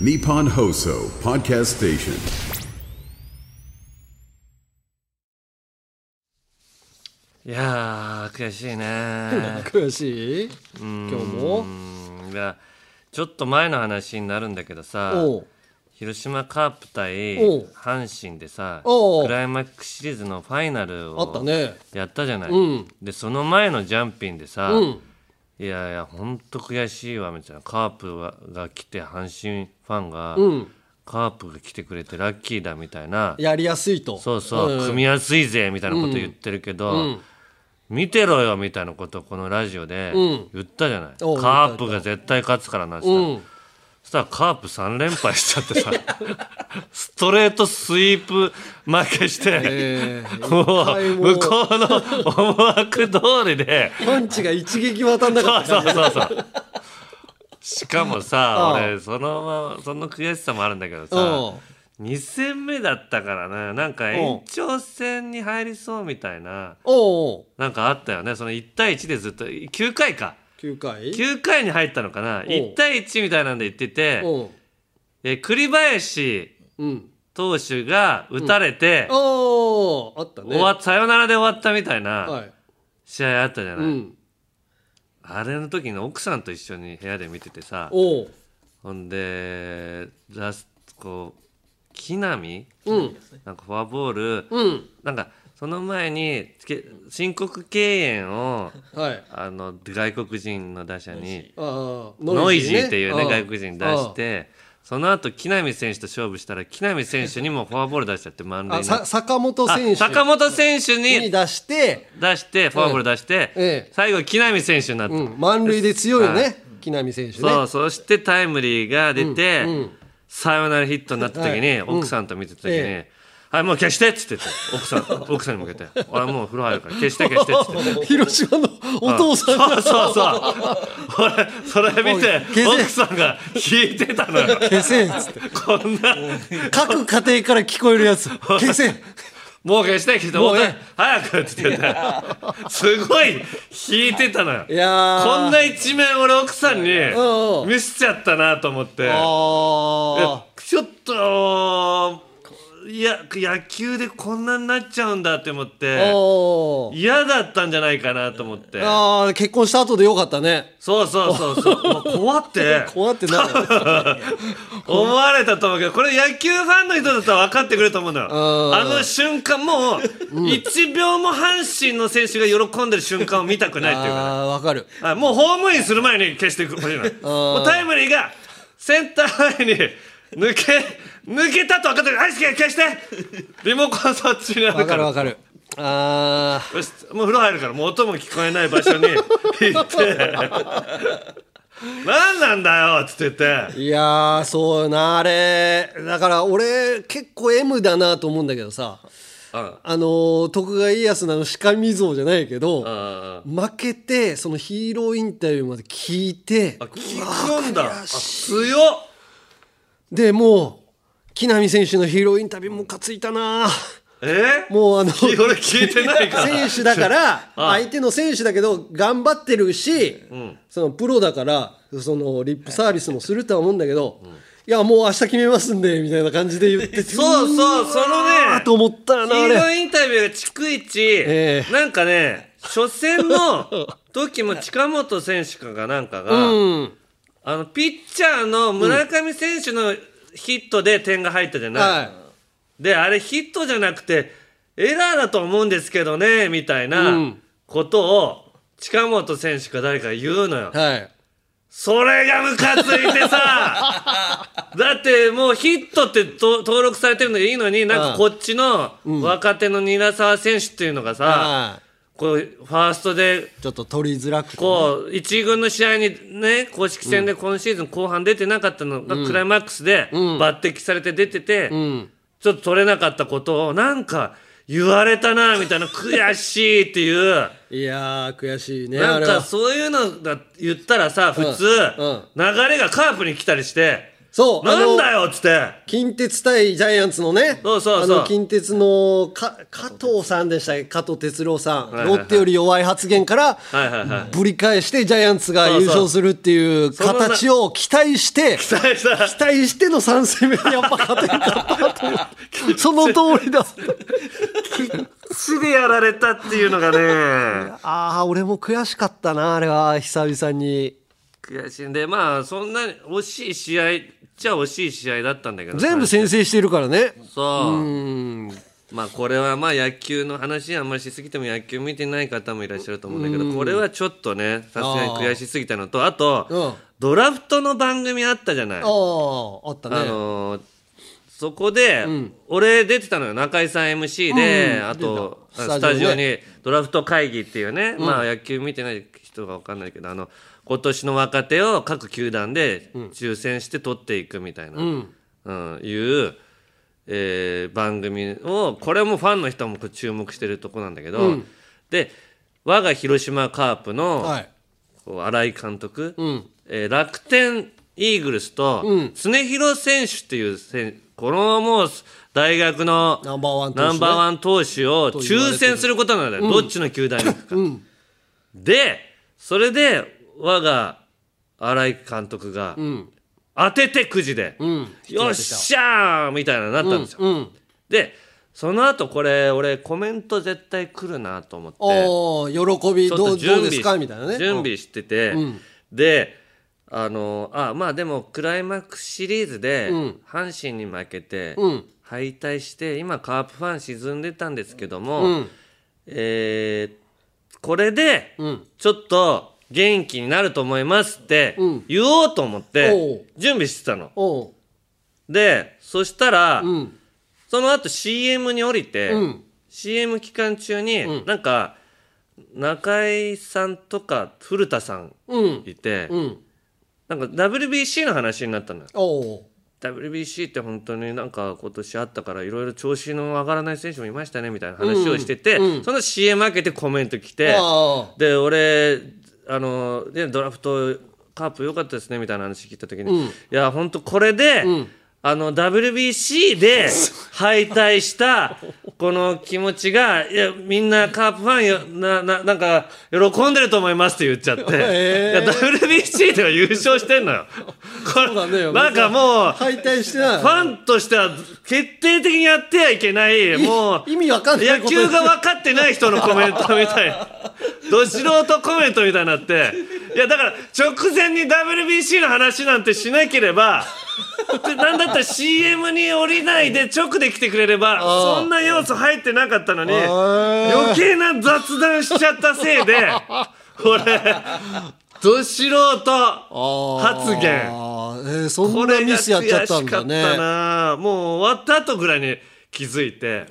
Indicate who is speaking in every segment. Speaker 1: Nippon Hoso Podcast Station.
Speaker 2: いやー悔しい ね
Speaker 3: 悔しい今日も
Speaker 2: うんいやちょっと前の話になるんだけどさ
Speaker 3: おう
Speaker 2: 広島カープ対
Speaker 3: おう
Speaker 2: 阪神でさ
Speaker 3: おう
Speaker 2: クライマックスシリーズのファイナル
Speaker 3: あった
Speaker 2: を
Speaker 3: ね
Speaker 2: やったじゃない、
Speaker 3: うん
Speaker 2: でその前のジャンピンでさ、
Speaker 3: うん
Speaker 2: いやいやほんと悔しいわみたいなカープがが来て阪神ファンが、
Speaker 3: うん
Speaker 2: カープが来てくれてラッキーだみたいな
Speaker 3: やりやすいと
Speaker 2: そうそう、
Speaker 3: ん
Speaker 2: 組みやすいぜみたいなこと言ってるけど、見てろよみたいなことをこのラジオで
Speaker 3: ん
Speaker 2: 言ったじゃない、
Speaker 3: おう
Speaker 2: カープが絶対勝つからなっつったら、
Speaker 3: うん
Speaker 2: そしたらカープ3連敗しちゃってさ ストレートスイープ負けして、
Speaker 3: えー
Speaker 2: も
Speaker 3: 一回も
Speaker 2: う向こうの思惑通りで
Speaker 3: パンチが一撃渡んなか
Speaker 2: そ
Speaker 3: っ
Speaker 2: う
Speaker 3: た
Speaker 2: そうそうそうしかもさ
Speaker 3: うん
Speaker 2: 俺そのままその悔しさもあるんだけどさ、
Speaker 3: うん
Speaker 2: 2戦目だったからねなんか延長戦に入りそうみたいな
Speaker 3: おうおう
Speaker 2: なんかあったよねその1対1でずっと9回か
Speaker 3: 9回
Speaker 2: 9回に入ったのかな1対1みたいなんで言ってて
Speaker 3: おう
Speaker 2: え栗林
Speaker 3: うん
Speaker 2: 投手が打たれて、
Speaker 3: おうあったね
Speaker 2: 終わっサヨナラで終わったみたい
Speaker 3: は
Speaker 2: ない試合あったじゃな
Speaker 3: う
Speaker 2: い、
Speaker 3: ん
Speaker 2: あれの時に奥さんと一緒に部屋で見ててさ
Speaker 3: おう
Speaker 2: ほんでラスこう木浪
Speaker 3: うん
Speaker 2: なんかフォアボール、
Speaker 3: うん
Speaker 2: なんかその前にけ申告敬遠を
Speaker 3: はい
Speaker 2: あの外国人の打者に
Speaker 3: あー
Speaker 2: ノイジ
Speaker 3: ね
Speaker 2: ーっていうね
Speaker 3: あー
Speaker 2: 外国人出してその後木浪選手と勝負したら木浪選手にもフォアボール出しちゃって満塁
Speaker 3: あ
Speaker 2: に
Speaker 3: さ坂本選手
Speaker 2: あ坂本選手
Speaker 3: に
Speaker 2: に
Speaker 3: 出して
Speaker 2: 出してフォアボール出して、
Speaker 3: ええ
Speaker 2: 最後木浪選手になった、
Speaker 3: うん満塁で強いよ
Speaker 2: はい
Speaker 3: ね木浪選手ね
Speaker 2: そうそしてタイムリーが出て、サヨナラヒットになった時に、
Speaker 3: はいうん
Speaker 2: 奥さんと見てた時に「
Speaker 3: え
Speaker 2: はいもう消して」っつってて奥さん奥さんに向けて「俺もう風呂入るから消して消して」っつって。
Speaker 3: 広島のお父さん
Speaker 2: そう
Speaker 3: が
Speaker 2: そうそう俺それ見て
Speaker 3: おい消
Speaker 2: 奥
Speaker 3: せ
Speaker 2: さんが引いてたのよ
Speaker 3: 消せんっつって
Speaker 2: こんな
Speaker 3: 各家庭から聞こえるやつ消せん
Speaker 2: もう消して消して
Speaker 3: も
Speaker 2: も
Speaker 3: う
Speaker 2: う
Speaker 3: ね
Speaker 2: 早くって言ってすごい引いてたのよ
Speaker 3: いやー
Speaker 2: こんな一面俺奥さんに
Speaker 3: うんうん
Speaker 2: 見せちゃったなと思って
Speaker 3: あ
Speaker 2: えちょっといや野球でこんなになっちゃうんだって思っ
Speaker 3: ーあ
Speaker 2: て
Speaker 3: ー
Speaker 2: 嫌だったんじゃないかなと思って
Speaker 3: あー結婚した後でよかったね
Speaker 2: そうそうそう そうもう怖って
Speaker 3: 怖ってなるよ
Speaker 2: 思われたと思うけどこれ野球ファンの人だったら分かってくれると思うのよ
Speaker 3: うん
Speaker 2: あの瞬間もう1秒も阪神の選手が喜んでる瞬間を見たくないっていうかね
Speaker 3: あーわかる
Speaker 2: あもうホームインする前に消してほしいなもうタイムリーがセンター前に抜け抜けたと分かってるアイス消してリモコンそっちにあ
Speaker 3: わ
Speaker 2: る
Speaker 3: か
Speaker 2: か
Speaker 3: る
Speaker 2: ら
Speaker 3: わかるあ
Speaker 2: よしもう風呂入るからもう音も聞こえない場所に行って何なんだよっつって言って
Speaker 3: ーいやーそうよなあれだから俺結構 M だなと思うんだけどさ
Speaker 2: うん
Speaker 3: あのー徳川家康のあの鹿見像じゃないけど、
Speaker 2: あ
Speaker 3: 負けてそのヒーローインタビューまで聞いて
Speaker 2: 聞くんだあ強っ
Speaker 3: でもう木浪選手のヒーローインタビュームカついたな
Speaker 2: え
Speaker 3: もうあの
Speaker 2: き俺聞いてない から
Speaker 3: 選手だから
Speaker 2: あ
Speaker 3: 相手の選手だけど頑張ってるし、そのプロだからそのリップサービスもするとは思うんだけど、いやもう明日決めますんでみたいな感じで言ってて
Speaker 2: そうそうそのね
Speaker 3: あと思ったよ
Speaker 2: ヒ
Speaker 3: なあ
Speaker 2: ーロー
Speaker 3: れ
Speaker 2: インタビューが逐一、
Speaker 3: ええ
Speaker 2: なんかね、初戦の時も近本選手かがなんかが、
Speaker 3: うん
Speaker 2: あの、ピッチャーの村上選手のヒットで点が入ったじゃない。
Speaker 3: はい
Speaker 2: で、あれヒットじゃなくて、エラーだと思うんですけどね、みたいなことを、近本選手か誰かが言うのよ。
Speaker 3: はい
Speaker 2: それがムカついてさ だってもうヒットってと登録されてるのでいいのになんかこっちの若手の韮沢選手っていうのがさ、
Speaker 3: は
Speaker 2: こうファーストで
Speaker 3: いちょっと取りづらくて
Speaker 2: こう一軍の試合にね公式戦で今シーズン後半出てなかったのがクライマックスで抜擢されて出てて、
Speaker 3: ん
Speaker 2: ちょっと取れなかったことをなんか言われたなみたいな悔しいっていう。
Speaker 3: いやー悔しいね
Speaker 2: なん
Speaker 3: あれ
Speaker 2: か
Speaker 3: は
Speaker 2: そういうのが言ったらさ普通、
Speaker 3: うん
Speaker 2: 流れがカープに来たりして
Speaker 3: そうあ
Speaker 2: な
Speaker 3: の
Speaker 2: んだよっつって
Speaker 3: 近鉄対ジャイアンツのね、
Speaker 2: そうそうそう
Speaker 3: あの近鉄のか加藤さんでしたっけ、加藤哲郎さん、
Speaker 2: いはいはい
Speaker 3: ロッテより弱い発言から
Speaker 2: はいはいはい
Speaker 3: ぶり返して、ジャイアンツが優勝するっていう
Speaker 2: うそう
Speaker 3: 形を期待して、
Speaker 2: 期待した
Speaker 3: 期待しての3戦目にやっぱ勝てなかった という、その通りだった、
Speaker 2: 死でやられたっていうのがね
Speaker 3: ああ、俺も悔しかったな、あれは、久々に。
Speaker 2: 悔しいんでまあそんなに惜しい試合っちゃ惜しい試合だったんだけど
Speaker 3: 全部先制してるからね。
Speaker 2: そうまあこれはまあ野球の話あんまりしすぎても野球見てない方もいらっしゃると思うんだけどこれはちょっとねさすがに悔しすぎたのとあと、
Speaker 3: うん
Speaker 2: ドラフトの番組あったじゃない
Speaker 3: ああ、あったね。
Speaker 2: あのーそこで、俺出てたのよ中居さん MC で、あと
Speaker 3: 出た
Speaker 2: あスタジオ
Speaker 3: スタジオ
Speaker 2: にドラフト会議っていうね、まあ野球見てない人が分かんないけどあの今年の若手を各球団で抽選して取っていくみたいな、うんいう、えー番組をこれもファンの人も注目してるとこなんだけど、で我が広島カープの、
Speaker 3: はい。
Speaker 2: こう新井監督、えー楽天イーグルスと常広選手っていう選このもう大学の
Speaker 3: ナンバーワン投手ね
Speaker 2: ナンバーワン投手を抽選することなんだよ、どっちの球団に行くか。でそれで我が新井監督が、当ててくじで、よっしゃーみたいなのになったんですよ。でその後これ俺コメント絶対来るなと思って。
Speaker 3: おー喜び
Speaker 2: ちょっ
Speaker 3: ど
Speaker 2: と
Speaker 3: う
Speaker 2: 準
Speaker 3: どう
Speaker 2: 備
Speaker 3: ですかみたいなね
Speaker 2: 準備してて、であのあまあでもクライマックスシリーズで阪神に負けて敗退して今カープファン沈んでたんですけども、えーこれでちょっと元気になると思いますって言おうと思っ
Speaker 3: お
Speaker 2: て
Speaker 3: う
Speaker 2: 準備してたの。
Speaker 3: おう
Speaker 2: でそしたら、
Speaker 3: ん
Speaker 2: その後 CM に降りて、
Speaker 3: ん
Speaker 2: CM 期間中に、なんか中居さんとか古田さん
Speaker 3: うん
Speaker 2: いて、
Speaker 3: うん
Speaker 2: なんか WBC の話になったのよ
Speaker 3: おう
Speaker 2: WBC って本当になんか今年あったからいろいろ調子の上がらない選手もいましたねみたいな話をしてて、その CM 開けてコメント来て
Speaker 3: あ
Speaker 2: で俺あのでドラフトカープ良かったですねみたいな話聞いた時に、いや本当これで、あの WBC で敗退したこの気持ちがいやみんなカープファンよなななんか喜んでると思いますって言っちゃって、
Speaker 3: えー
Speaker 2: いや WBC では優勝してんのよ。これ
Speaker 3: そうだね
Speaker 2: なんかもう
Speaker 3: 敗退してない
Speaker 2: ファンとしては決定的にやってはいけない、もう、
Speaker 3: 意味わかんない
Speaker 2: 野
Speaker 3: こと
Speaker 2: 球が分かってない人のコメントみたいな。ど素人コメントみたいになって。いや、だから、直前に WBC の話なんてしなければ、でなんだったら CM に降りないで直で来てくれれば、そんな要素入ってなかったのに、
Speaker 3: ー
Speaker 2: 余計な雑談しちゃったせいで、俺、ど素人発言。
Speaker 3: あーえーそ
Speaker 2: こ
Speaker 3: んな
Speaker 2: れが
Speaker 3: ミスやっちゃったん
Speaker 2: 悔
Speaker 3: だ
Speaker 2: しかった
Speaker 3: ね
Speaker 2: なもう終わった後ぐらいに気づいて
Speaker 3: え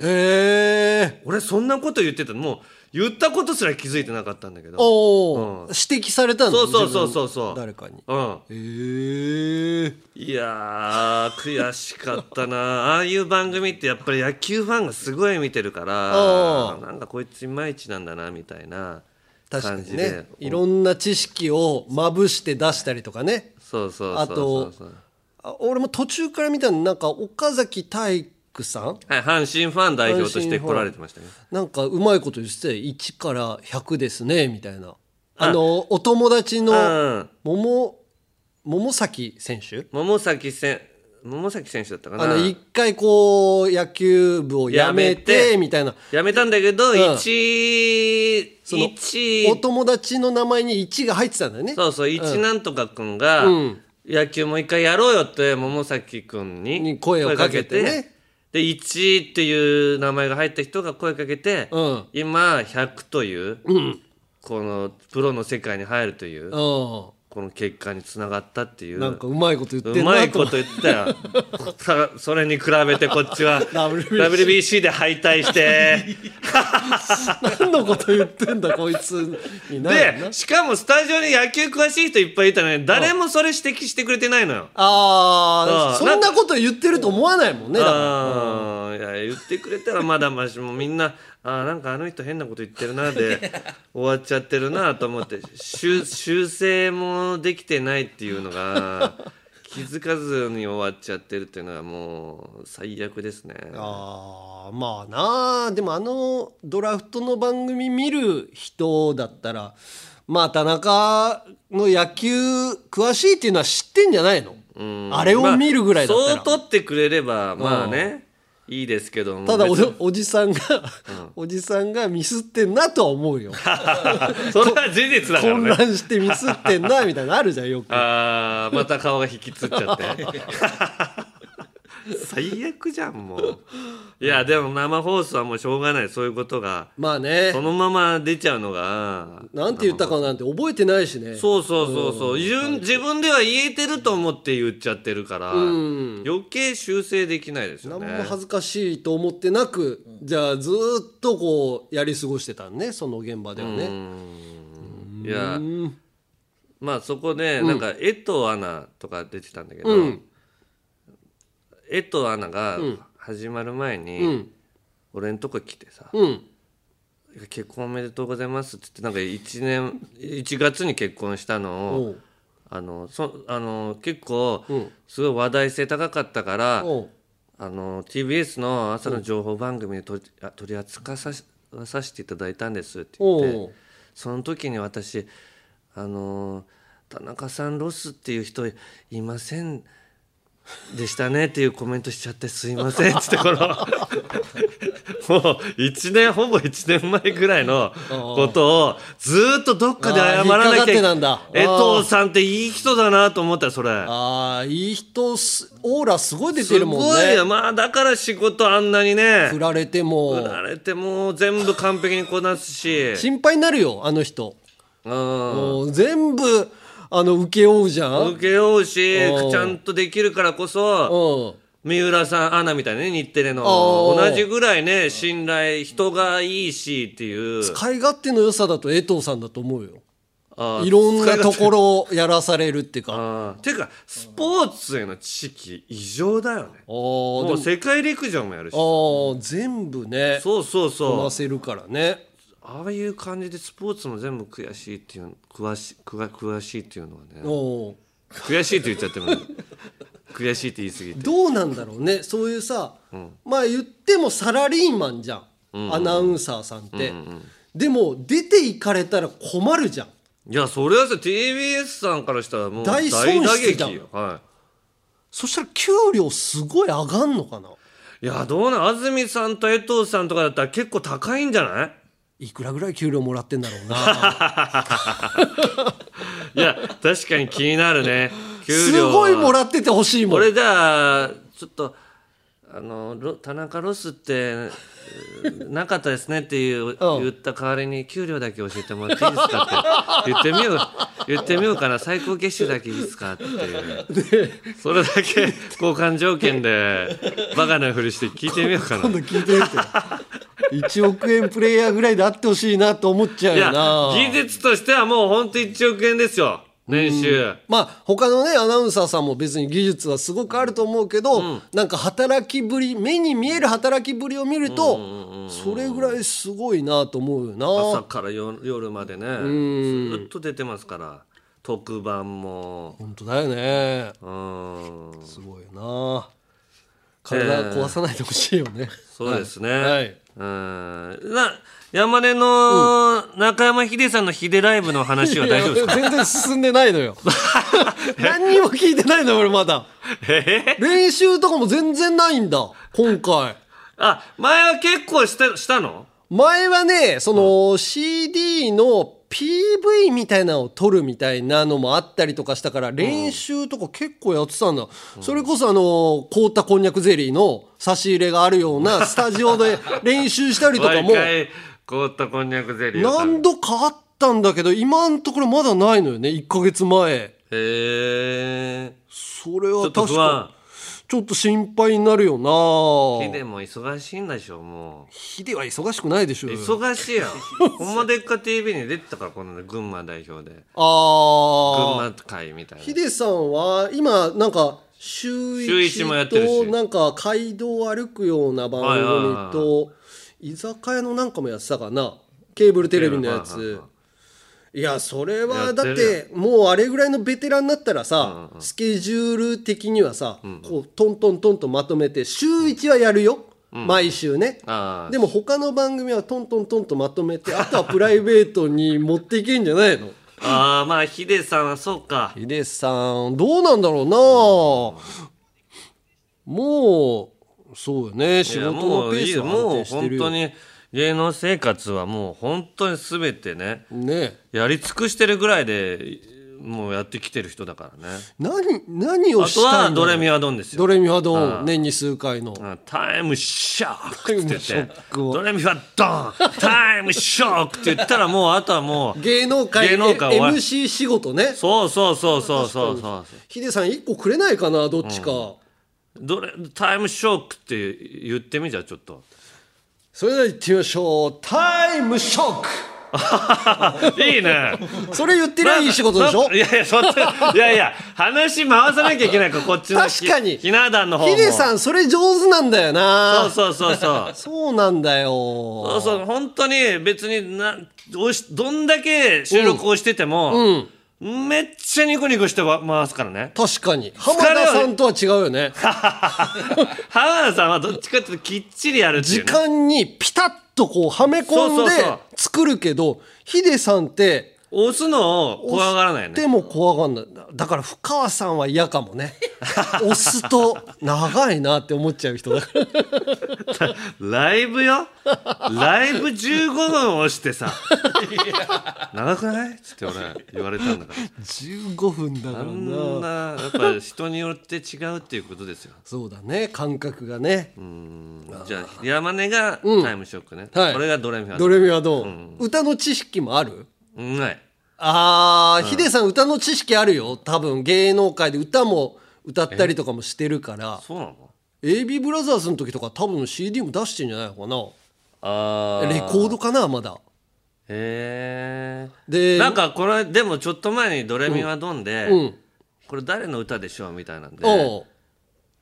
Speaker 3: え
Speaker 2: 俺そんなこと言ってたのもう言ったことすら気づいてなかったんだけど
Speaker 3: おう指摘されたんだ
Speaker 2: そうそうそうそうそう
Speaker 3: 自分誰かに
Speaker 2: うん
Speaker 3: ええ
Speaker 2: いやー悔しかったなああいう番組ってやっぱり野球ファンがすごい見てるから
Speaker 3: うん
Speaker 2: なんかこいついまいちなんだなみたいな
Speaker 3: 確か
Speaker 2: 感じ
Speaker 3: に
Speaker 2: で
Speaker 3: ねいろんな知識をまぶして出したりとかね
Speaker 2: そうそうそう
Speaker 3: あ
Speaker 2: そう
Speaker 3: と
Speaker 2: そう
Speaker 3: あ俺も途中から見たのなんか岡崎体育さん
Speaker 2: はい阪神ファン代表として来られてましたね
Speaker 3: なんかうまいこと言ってたよ1から100ですねみたいなあのお友達
Speaker 2: う
Speaker 3: の
Speaker 2: ん
Speaker 3: 桃桃崎選手
Speaker 2: 桃崎選桃崎選手だったかな
Speaker 3: あの一回こう野球部を辞め
Speaker 2: やめ
Speaker 3: て
Speaker 2: て
Speaker 3: みたいな
Speaker 2: やめたんだけど、
Speaker 3: ん
Speaker 2: 一
Speaker 3: その
Speaker 2: 一
Speaker 3: お友達の名前に1が入ってたんだよね
Speaker 2: そうそう、一なんとかくんが、
Speaker 3: うん
Speaker 2: 野球もう一回やろうよって、桃崎くんに
Speaker 3: に声をかけてね
Speaker 2: 声で、一っていう名前が入った人が声かけて、
Speaker 3: うん
Speaker 2: 今、100という、このプロの世界に入るという、
Speaker 3: う
Speaker 2: この結果につながったってい
Speaker 3: ん
Speaker 2: う。
Speaker 3: なんかうまいこと言って
Speaker 2: うんま
Speaker 3: ないと
Speaker 2: こと
Speaker 3: 思
Speaker 2: 言ったよたそれに比べてこっちは
Speaker 3: WBC
Speaker 2: WBC で敗退して
Speaker 3: 何のこと言ってんだこいつに なるな
Speaker 2: でしかもスタジオに野球詳しい人いっぱいいたのに誰もそれ指摘してくれてないのよ。
Speaker 3: あ
Speaker 2: う
Speaker 3: あ
Speaker 2: ん
Speaker 3: そんなこと言ってると思わないもんねだから
Speaker 2: あーいや言ってくれたらまだましもうみんなあーなんかあの人変なこと言ってるな で終わっちゃってるなと思って修修正もできてないっていうのが気づかずに終わっちゃってるっていうのはもう最悪ですね
Speaker 3: あーまあなあでもあのドラフトの番組見る人だったらまあ田中の野球詳しいっていうのは知ってんじゃないの、あれを見るぐらいだったら、
Speaker 2: まあそう取ってくれればまあねいいですけども
Speaker 3: ただお
Speaker 2: 別に
Speaker 3: おじさんが、おじさんがミスってんなとは 思うよ
Speaker 2: それは事実だから
Speaker 3: 混
Speaker 2: ね
Speaker 3: 乱してミスってんなみたいなのあるじゃん よく
Speaker 2: あーまた顔が引きつっちゃって 最悪じゃんもういやでも生放送はもうしょうがないそういうことが
Speaker 3: まあね
Speaker 2: そのまま出ちゃうのが
Speaker 3: なんて言ったかなんて覚えてないしね
Speaker 2: そうそうそうそう自分自分では言えてると思って言っちゃってるから余計修正できないですよ
Speaker 3: 何
Speaker 2: ね
Speaker 3: も恥ずかしいと思ってなく、じゃあずーっとこうやり過ごしてたねその現場ではね、
Speaker 2: いやまあそこでなんか「えとアナ」とか出てたんだけど「えとアナ」が始まる前に俺んとこ来てさ
Speaker 3: うん
Speaker 2: 「結婚おめでとうございます」って言ってなんか1年1月 に結婚したの
Speaker 3: お
Speaker 2: を
Speaker 3: う
Speaker 2: あのそあの結構すごい話題性高かったから
Speaker 3: おう
Speaker 2: あの TBS の朝の情報番組で取りあ取り扱わさしさせていただいたんですって言って。
Speaker 3: おう
Speaker 2: その時に私あのー田中さんロスっていう人いませんでしたねっていうコメントしちゃってすいませんっつってこのも う1年ほぼ1年前ぐらいのことをずーっとどっかで謝らな
Speaker 3: あー引っかか
Speaker 2: き
Speaker 3: って
Speaker 2: ゃ
Speaker 3: たんだ
Speaker 2: 江藤さんっていい人だなと思ったよそれ
Speaker 3: ああいい人すオーラすごい出て
Speaker 2: す
Speaker 3: るもんね
Speaker 2: ごいよまあだから仕事あんなにね
Speaker 3: 振られても
Speaker 2: 振られてもう全部完璧にこなすし
Speaker 3: 心配になるよあの人、
Speaker 2: うん
Speaker 3: もう全部あの請け負うじゃん、うん
Speaker 2: 受けようし
Speaker 3: うん
Speaker 2: ちゃんとできるからこそ三浦さんアナみたいなね日テレの
Speaker 3: おー
Speaker 2: 同じぐらいね信頼人がいいしっていう
Speaker 3: 使い勝手の良さだと江藤さんだと思うよ
Speaker 2: あー
Speaker 3: いろん
Speaker 2: 使
Speaker 3: ないと
Speaker 2: 勝手
Speaker 3: ころをやらされるっていうかあ
Speaker 2: あーていうかスポーツへの知識異常だよね
Speaker 3: あーで
Speaker 2: も
Speaker 3: も
Speaker 2: う世界陸上もやるし
Speaker 3: あー全部ね
Speaker 2: そうそう
Speaker 3: こ
Speaker 2: そ
Speaker 3: な
Speaker 2: う
Speaker 3: せるからね
Speaker 2: ああいう感じでスポーツも全部悔しいっていう詳しくわ詳しいっていうのはね
Speaker 3: おー
Speaker 2: 悔しいって言っちゃっても悔しいって言い過ぎて
Speaker 3: どうなんだろうねそういうさ、まあ言ってもサラリーマンじゃん、アナウンサーさんって、でも出ていかれたら困るじゃん
Speaker 2: いやそれはさ TBS さんからしたらもう
Speaker 3: 大
Speaker 2: 大
Speaker 3: 損
Speaker 2: 打
Speaker 3: 失
Speaker 2: 撃
Speaker 3: じゃん
Speaker 2: よはい
Speaker 3: そしたら給料すごい上がんのかない
Speaker 2: やどうなん安住さんと江藤さんとかだったら結構高いんじゃない
Speaker 3: いくらぐらい給料もらってんだろうな
Speaker 2: いや確かに気になるね 給
Speaker 3: す
Speaker 2: 料は
Speaker 3: ごいもらっててほしいもん
Speaker 2: 俺じゃあちょっとあのロ田中ロスってうなかったですねっていう、言った代わりに給料だけ教えてもらっていいですかって言ってみよう言ってみようかな最高月収だけいいですかっていうそれだけ交換条件でバカなふりして聞いてみようかな
Speaker 3: 今度聞いて みて1億円プレイヤーぐらいであってほしいなと思っちゃう
Speaker 2: いや
Speaker 3: よな
Speaker 2: 技術としてはもう本当1億円ですよ年収
Speaker 3: まあ他のねアナウンサーさんも別に技術はすごくあると思うけど、なんか働きぶり目に見える働きぶりを見ると、それぐらいすごいなと思うよな
Speaker 2: 朝から夜夜までねずっと出てますから特番も
Speaker 3: 本当だよね
Speaker 2: うん
Speaker 3: すごいよな体壊さないでほしいよね、
Speaker 2: そうですね、
Speaker 3: はいはい
Speaker 2: うんな山根の中山秀さんの秀ライブの話はい大
Speaker 3: や
Speaker 2: 丈夫ですか
Speaker 3: 全然進んでないの よ何にも聞いてないのよ俺まだ
Speaker 2: え
Speaker 3: 練習とかも全然ないんだ今回
Speaker 2: あ前は結構したしたの
Speaker 3: 前はねその CD の PV みたいなのを撮るみたいなのもあったりとかしたから練習とか結構やってたんだ、それこそあの凍ったこんにゃくゼリーの差し入れがあるようなスタジオで練習したりとか
Speaker 2: 毎
Speaker 3: も
Speaker 2: 回凍ったこんにゃくゼリーを食べ
Speaker 3: 何度かあったんだけど今のところまだないのよね1ヶ月前
Speaker 2: へえ
Speaker 3: それ
Speaker 2: ちょ
Speaker 3: は
Speaker 2: っと
Speaker 3: 確
Speaker 2: 不安
Speaker 3: かちょっと心配になるよな
Speaker 2: 秀も忙しいんでしょもう
Speaker 3: ヒデは忙しくないでしょうよ
Speaker 2: 忙しい やん「ほんまでっか TV」に出てたからこの群馬代表で群
Speaker 3: ああ
Speaker 2: 馬会みたい
Speaker 3: ヒ
Speaker 2: な
Speaker 3: デさんは今なんか週
Speaker 2: 週
Speaker 3: 一
Speaker 2: 一もやってる
Speaker 3: と
Speaker 2: し
Speaker 3: なんか街道を歩くような番
Speaker 2: はいはい
Speaker 3: 組
Speaker 2: はい
Speaker 3: と居酒屋のなんかもやってたかなケーブルテレビのや
Speaker 2: はいはい
Speaker 3: ついやそれはだっ
Speaker 2: やってる
Speaker 3: てもうあれぐらいのベテランになったらさ、スケジュール的にはさ、こうトントントンとまとめて週1はやるよ、毎週ね
Speaker 2: あー
Speaker 3: でも他の番組はトントントンとまとめてあとはプライベートに持っていけんじゃないの
Speaker 2: ああまあヒデさんはそうか
Speaker 3: ヒデさんどうなんだろうなもうそうよね仕
Speaker 2: いや
Speaker 3: 事
Speaker 2: も
Speaker 3: の
Speaker 2: うい
Speaker 3: ペー
Speaker 2: い
Speaker 3: ス
Speaker 2: よ
Speaker 3: は安
Speaker 2: もう
Speaker 3: 定して
Speaker 2: 本
Speaker 3: るよ
Speaker 2: 当に芸能生活はもう本当に全てね
Speaker 3: ね
Speaker 2: やり尽くしてるぐらいでもうやってきてる人だからね
Speaker 3: 何何を
Speaker 2: あ
Speaker 3: した
Speaker 2: と
Speaker 3: いんだろ
Speaker 2: は
Speaker 3: う
Speaker 2: ドレミアドンですよ
Speaker 3: ドレミファドン年に数回の
Speaker 2: うんタイムショックって言
Speaker 3: タイム
Speaker 2: っ
Speaker 3: ショ
Speaker 2: て
Speaker 3: ックを
Speaker 2: ドレミファドンタイムショックって言ったらもうあとはもう
Speaker 3: 芸能界
Speaker 2: 芸能界
Speaker 3: え
Speaker 2: は
Speaker 3: MC 仕事ね
Speaker 2: そうそうそうそうそうそう
Speaker 3: ヒデさん一個くれないかなどっちか、
Speaker 2: どれタイムショックって言ってみじゃあちょっと
Speaker 3: それでは行ってみましょうタイムショッ
Speaker 2: いいね
Speaker 3: クそれ言ってりゃいい仕事でしょ
Speaker 2: いやいやそっちいやいや話回さなきゃいけないからこっちの
Speaker 3: 確かに
Speaker 2: ひひな壇の方も
Speaker 3: ヒデさんそれ上手なんだよ
Speaker 2: そ
Speaker 3: な
Speaker 2: うそうそうそう
Speaker 3: そうなんだよ
Speaker 2: そうそう本当に別になおしどんだけ収録をしてても、めっちゃニコニコしてわ回すからね
Speaker 3: 確かに浜田さんとは違うよね
Speaker 2: 浜田さんはどっちかっていうときっちりやるってい
Speaker 3: 時
Speaker 2: う、ね、
Speaker 3: 間にピタッとこうはめ込ん
Speaker 2: そうそうそ
Speaker 3: で
Speaker 2: う
Speaker 3: 作るけどヒデさんって
Speaker 2: 押すのを怖がらないよ
Speaker 3: 押し
Speaker 2: ね
Speaker 3: ても怖がんないだだから深川さんは嫌か もね押すと長いなって思っちゃう人だから
Speaker 2: ライブよライブ15分押してさ 長くないっつって俺言われたんだから
Speaker 3: 15分だから
Speaker 2: そ
Speaker 3: なん
Speaker 2: なやっぱ人によって違うっていうことですよ
Speaker 3: そうだね感覚がね
Speaker 2: じゃあ秀山根がタイムショックね、
Speaker 3: はい
Speaker 2: これがドレミファ
Speaker 3: ドレミはどう、
Speaker 2: ん
Speaker 3: 歌の知識もある
Speaker 2: うんない
Speaker 3: あー、ヒデさん歌の知識あるよ多分芸能界で歌も歌ったりとかもしてるから
Speaker 2: そうなの
Speaker 3: AB ブラザーズの時とか多分 CD も出してんじゃないのかな
Speaker 2: あー
Speaker 3: レコードかなまだ
Speaker 2: へ
Speaker 3: で
Speaker 2: えなんかこれでもちょっと前に「ドレミはドンで」
Speaker 3: うん
Speaker 2: これ誰の歌でしょうみたいなんで
Speaker 3: おう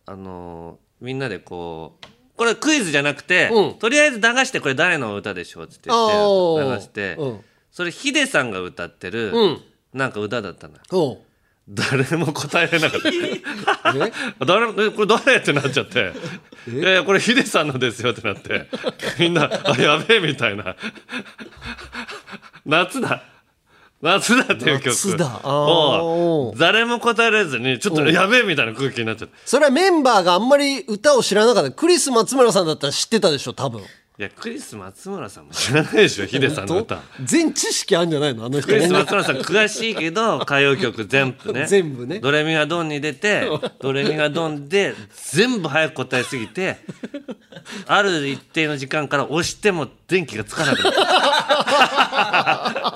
Speaker 2: あのーみんなでこうこれクイズじゃなくて、
Speaker 3: うん
Speaker 2: とりあえず流してこれ誰の歌でしょうっつって
Speaker 3: あ
Speaker 2: 言
Speaker 3: ー
Speaker 2: って流して、
Speaker 3: うん
Speaker 2: それヒデさんが歌ってる、
Speaker 3: うん
Speaker 2: なんか歌だったのよ
Speaker 3: おう
Speaker 2: 誰も答えれなかった
Speaker 3: え
Speaker 2: 誰もえこれ誰ってなっちゃって「いやいやこれヒデさんのですよ」ってなってみんな「あやべえ」みたいな「夏だ夏だ」っていう曲
Speaker 3: 夏だあー
Speaker 2: を誰も答えれずにちょっと「やべえ」みたいな空気になっちゃって
Speaker 3: それはメンバーがあんまり歌を知らなかったクリス松村さんだったら知ってたでしょ多分
Speaker 2: いやクリス松村さんも知らないでしょヒデさんの歌
Speaker 3: 全知識あるんじゃないのあの人
Speaker 2: クリ
Speaker 3: ね
Speaker 2: ス松村さん詳しいけど歌謡曲全部ね
Speaker 3: 全部ね
Speaker 2: ドレミがドンに出てドレミがドンで全部早く答えすぎてある一定の時間から押しても電気がつかなくなる これは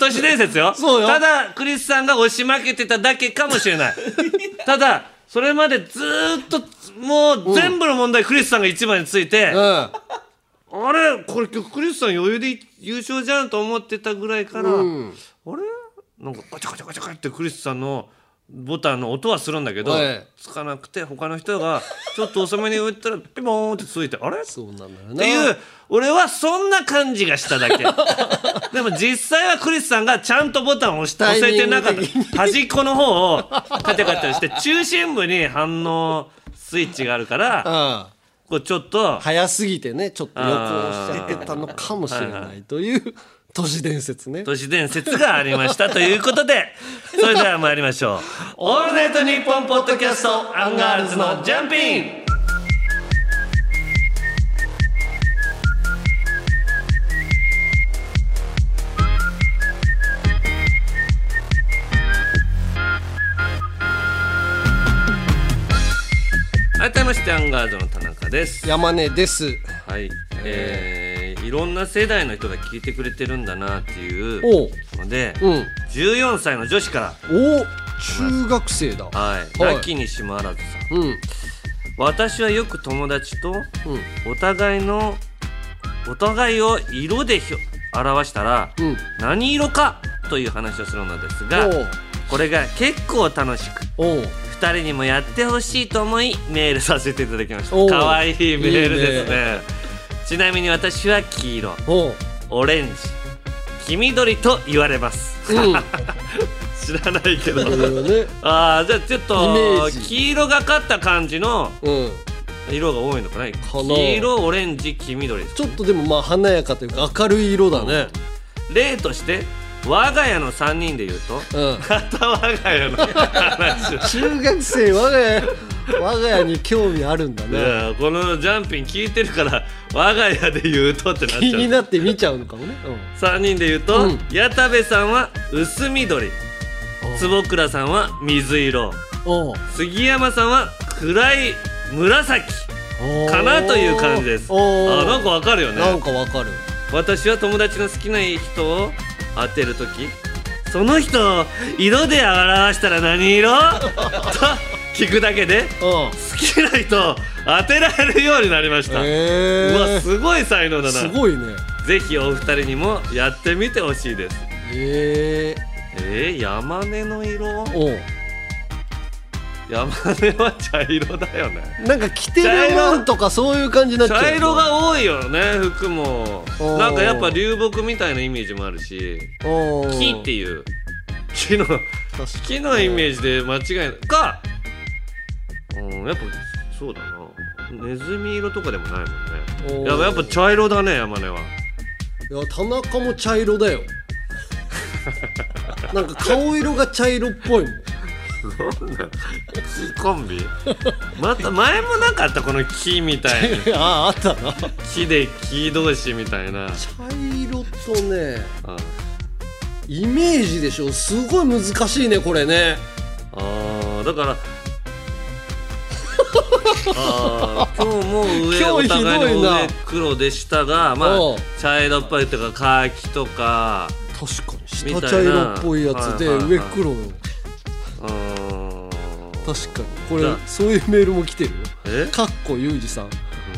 Speaker 2: 都市伝説よ
Speaker 3: そうよ
Speaker 2: ただクリスさんが押し負けてただけかもしれないただそれまでずーっともう全部の問題クリスさんが一番について、
Speaker 3: うん
Speaker 2: あれこれ今日クリスさん余裕で優勝じゃんと思ってたぐらいから、あれなんかガチャガチャガチャガチャってクリスさんのボタンの音はするんだけど
Speaker 3: はい
Speaker 2: つかなくて他の人がちょっと遅めに打ったらピボーンってついてあれ
Speaker 3: そうなんだよな
Speaker 2: っていう俺はそんな感じがしただけでも実際はクリスさんがちゃんとボタンを押し
Speaker 3: タ
Speaker 2: 押
Speaker 3: イ
Speaker 2: せ
Speaker 3: ミン
Speaker 2: て
Speaker 3: グ
Speaker 2: なかっ
Speaker 3: 的に
Speaker 2: た端っこの方をカチャカチャして中心部に反応スイッチがあるから
Speaker 3: ああ
Speaker 2: こうちょっと
Speaker 3: 早すぎてねちょっと旅行しちゃってたのかもしれないという都市伝説ね
Speaker 2: 都市伝説がありましたということ でそれでは参りましょう「オールナイトニッポン」ポッドキャストアンガールズのジャンピン改めましてアンガールズの田中です
Speaker 3: 山根です
Speaker 2: はい、えーいろんな世代の人が聞いてくれてるんだなっていう
Speaker 3: おう
Speaker 2: ので、
Speaker 3: うん
Speaker 2: 14歳の女子から、
Speaker 3: お中学生だ
Speaker 2: はい
Speaker 3: はい
Speaker 2: 泣きにしもあらずさん
Speaker 3: うん
Speaker 2: 私はよく友達とお互いのお互いを色でひょ表したら、
Speaker 3: うん
Speaker 2: 何色かという話をするのですが
Speaker 3: おう
Speaker 2: これが結構楽しく
Speaker 3: おう
Speaker 2: 2人にもやってほしいと思いメールさせていただきまし
Speaker 3: おう
Speaker 2: たかわいいメールです
Speaker 3: い
Speaker 2: ねちなみに私は黄色
Speaker 3: おう
Speaker 2: オレンジ黄緑と言われ ます。知らないけど。
Speaker 3: うんね
Speaker 2: ああ、じゃあちょっ
Speaker 3: イメー
Speaker 2: と
Speaker 3: ジ
Speaker 2: 黄色がかった感じの
Speaker 3: うん
Speaker 2: 色が多いのかな。
Speaker 3: な
Speaker 2: 黄色、オレンジ、黄緑です。
Speaker 3: ちょっとでもまあ華やかというか明るい色だね
Speaker 2: 例として我が家の3人で言うと
Speaker 3: うん
Speaker 2: また我が家の話 を
Speaker 3: 中学生我が 家我が家に興味あるんだ
Speaker 2: い
Speaker 3: ね
Speaker 2: やこのジャンピン聞いてるから我が家で言うとってなっ
Speaker 3: 気
Speaker 2: ち
Speaker 3: に
Speaker 2: ゃう
Speaker 3: なって見ちゃうのかもね、
Speaker 2: 3人で言うと、
Speaker 3: うん
Speaker 2: 矢田部さんは薄緑坪倉さんは水色
Speaker 3: うん、お
Speaker 2: 杉山さんは暗い紫
Speaker 3: う
Speaker 2: かなという感じですあ
Speaker 3: おー
Speaker 2: なんかわかるよね
Speaker 3: なんかわかる
Speaker 2: 私は友達の好きな人を当てるときその人を色で表したら何色 と聞くだけで
Speaker 3: う
Speaker 2: 好きな人を当てられるようになりました、
Speaker 3: んへえ
Speaker 2: うわすごい才能だ
Speaker 3: す
Speaker 2: な
Speaker 3: ごいね
Speaker 2: ぜひお二人にもやってみてほしいです
Speaker 3: へえ
Speaker 2: えー、ヤマネの色
Speaker 3: おう
Speaker 2: ヤマネは茶色だよね
Speaker 3: なんか着てるもんとかそういう感じになっちゃう
Speaker 2: 茶色が多いよね服も
Speaker 3: おー
Speaker 2: なんかやっぱ流木みたいなイメージもあるし
Speaker 3: おう
Speaker 2: 木っていう木の
Speaker 3: 確かに
Speaker 2: 木のイメージで間違いないかうんやっぱそうだなネズミ色とかでもないもんね
Speaker 3: おー
Speaker 2: やっぱやっぱ茶色だね山 根はい
Speaker 3: や田中も茶 色だよなんか顔色が茶色っぽいもん
Speaker 2: コンビまた前もなかったこの木みた いな
Speaker 3: あああったな茶
Speaker 2: 木で木同士みたい な
Speaker 3: 色とね
Speaker 2: あ
Speaker 3: イメージでしょすごい難しいねこれね
Speaker 2: あーだからあー今日も上
Speaker 3: 今日
Speaker 2: お
Speaker 3: ひどいな
Speaker 2: 互いの上黒で下がまあ
Speaker 3: おう
Speaker 2: 茶色っぽいとかカーキとか
Speaker 3: 確かに
Speaker 2: みた
Speaker 3: 下
Speaker 2: いな
Speaker 3: 茶色っぽいやつで
Speaker 2: はいはいはい
Speaker 3: 上黒の
Speaker 2: うーん
Speaker 3: 確かにこ
Speaker 2: じゃあ
Speaker 3: れそういうメールも来てるよ
Speaker 2: え
Speaker 3: かっこゆうじさん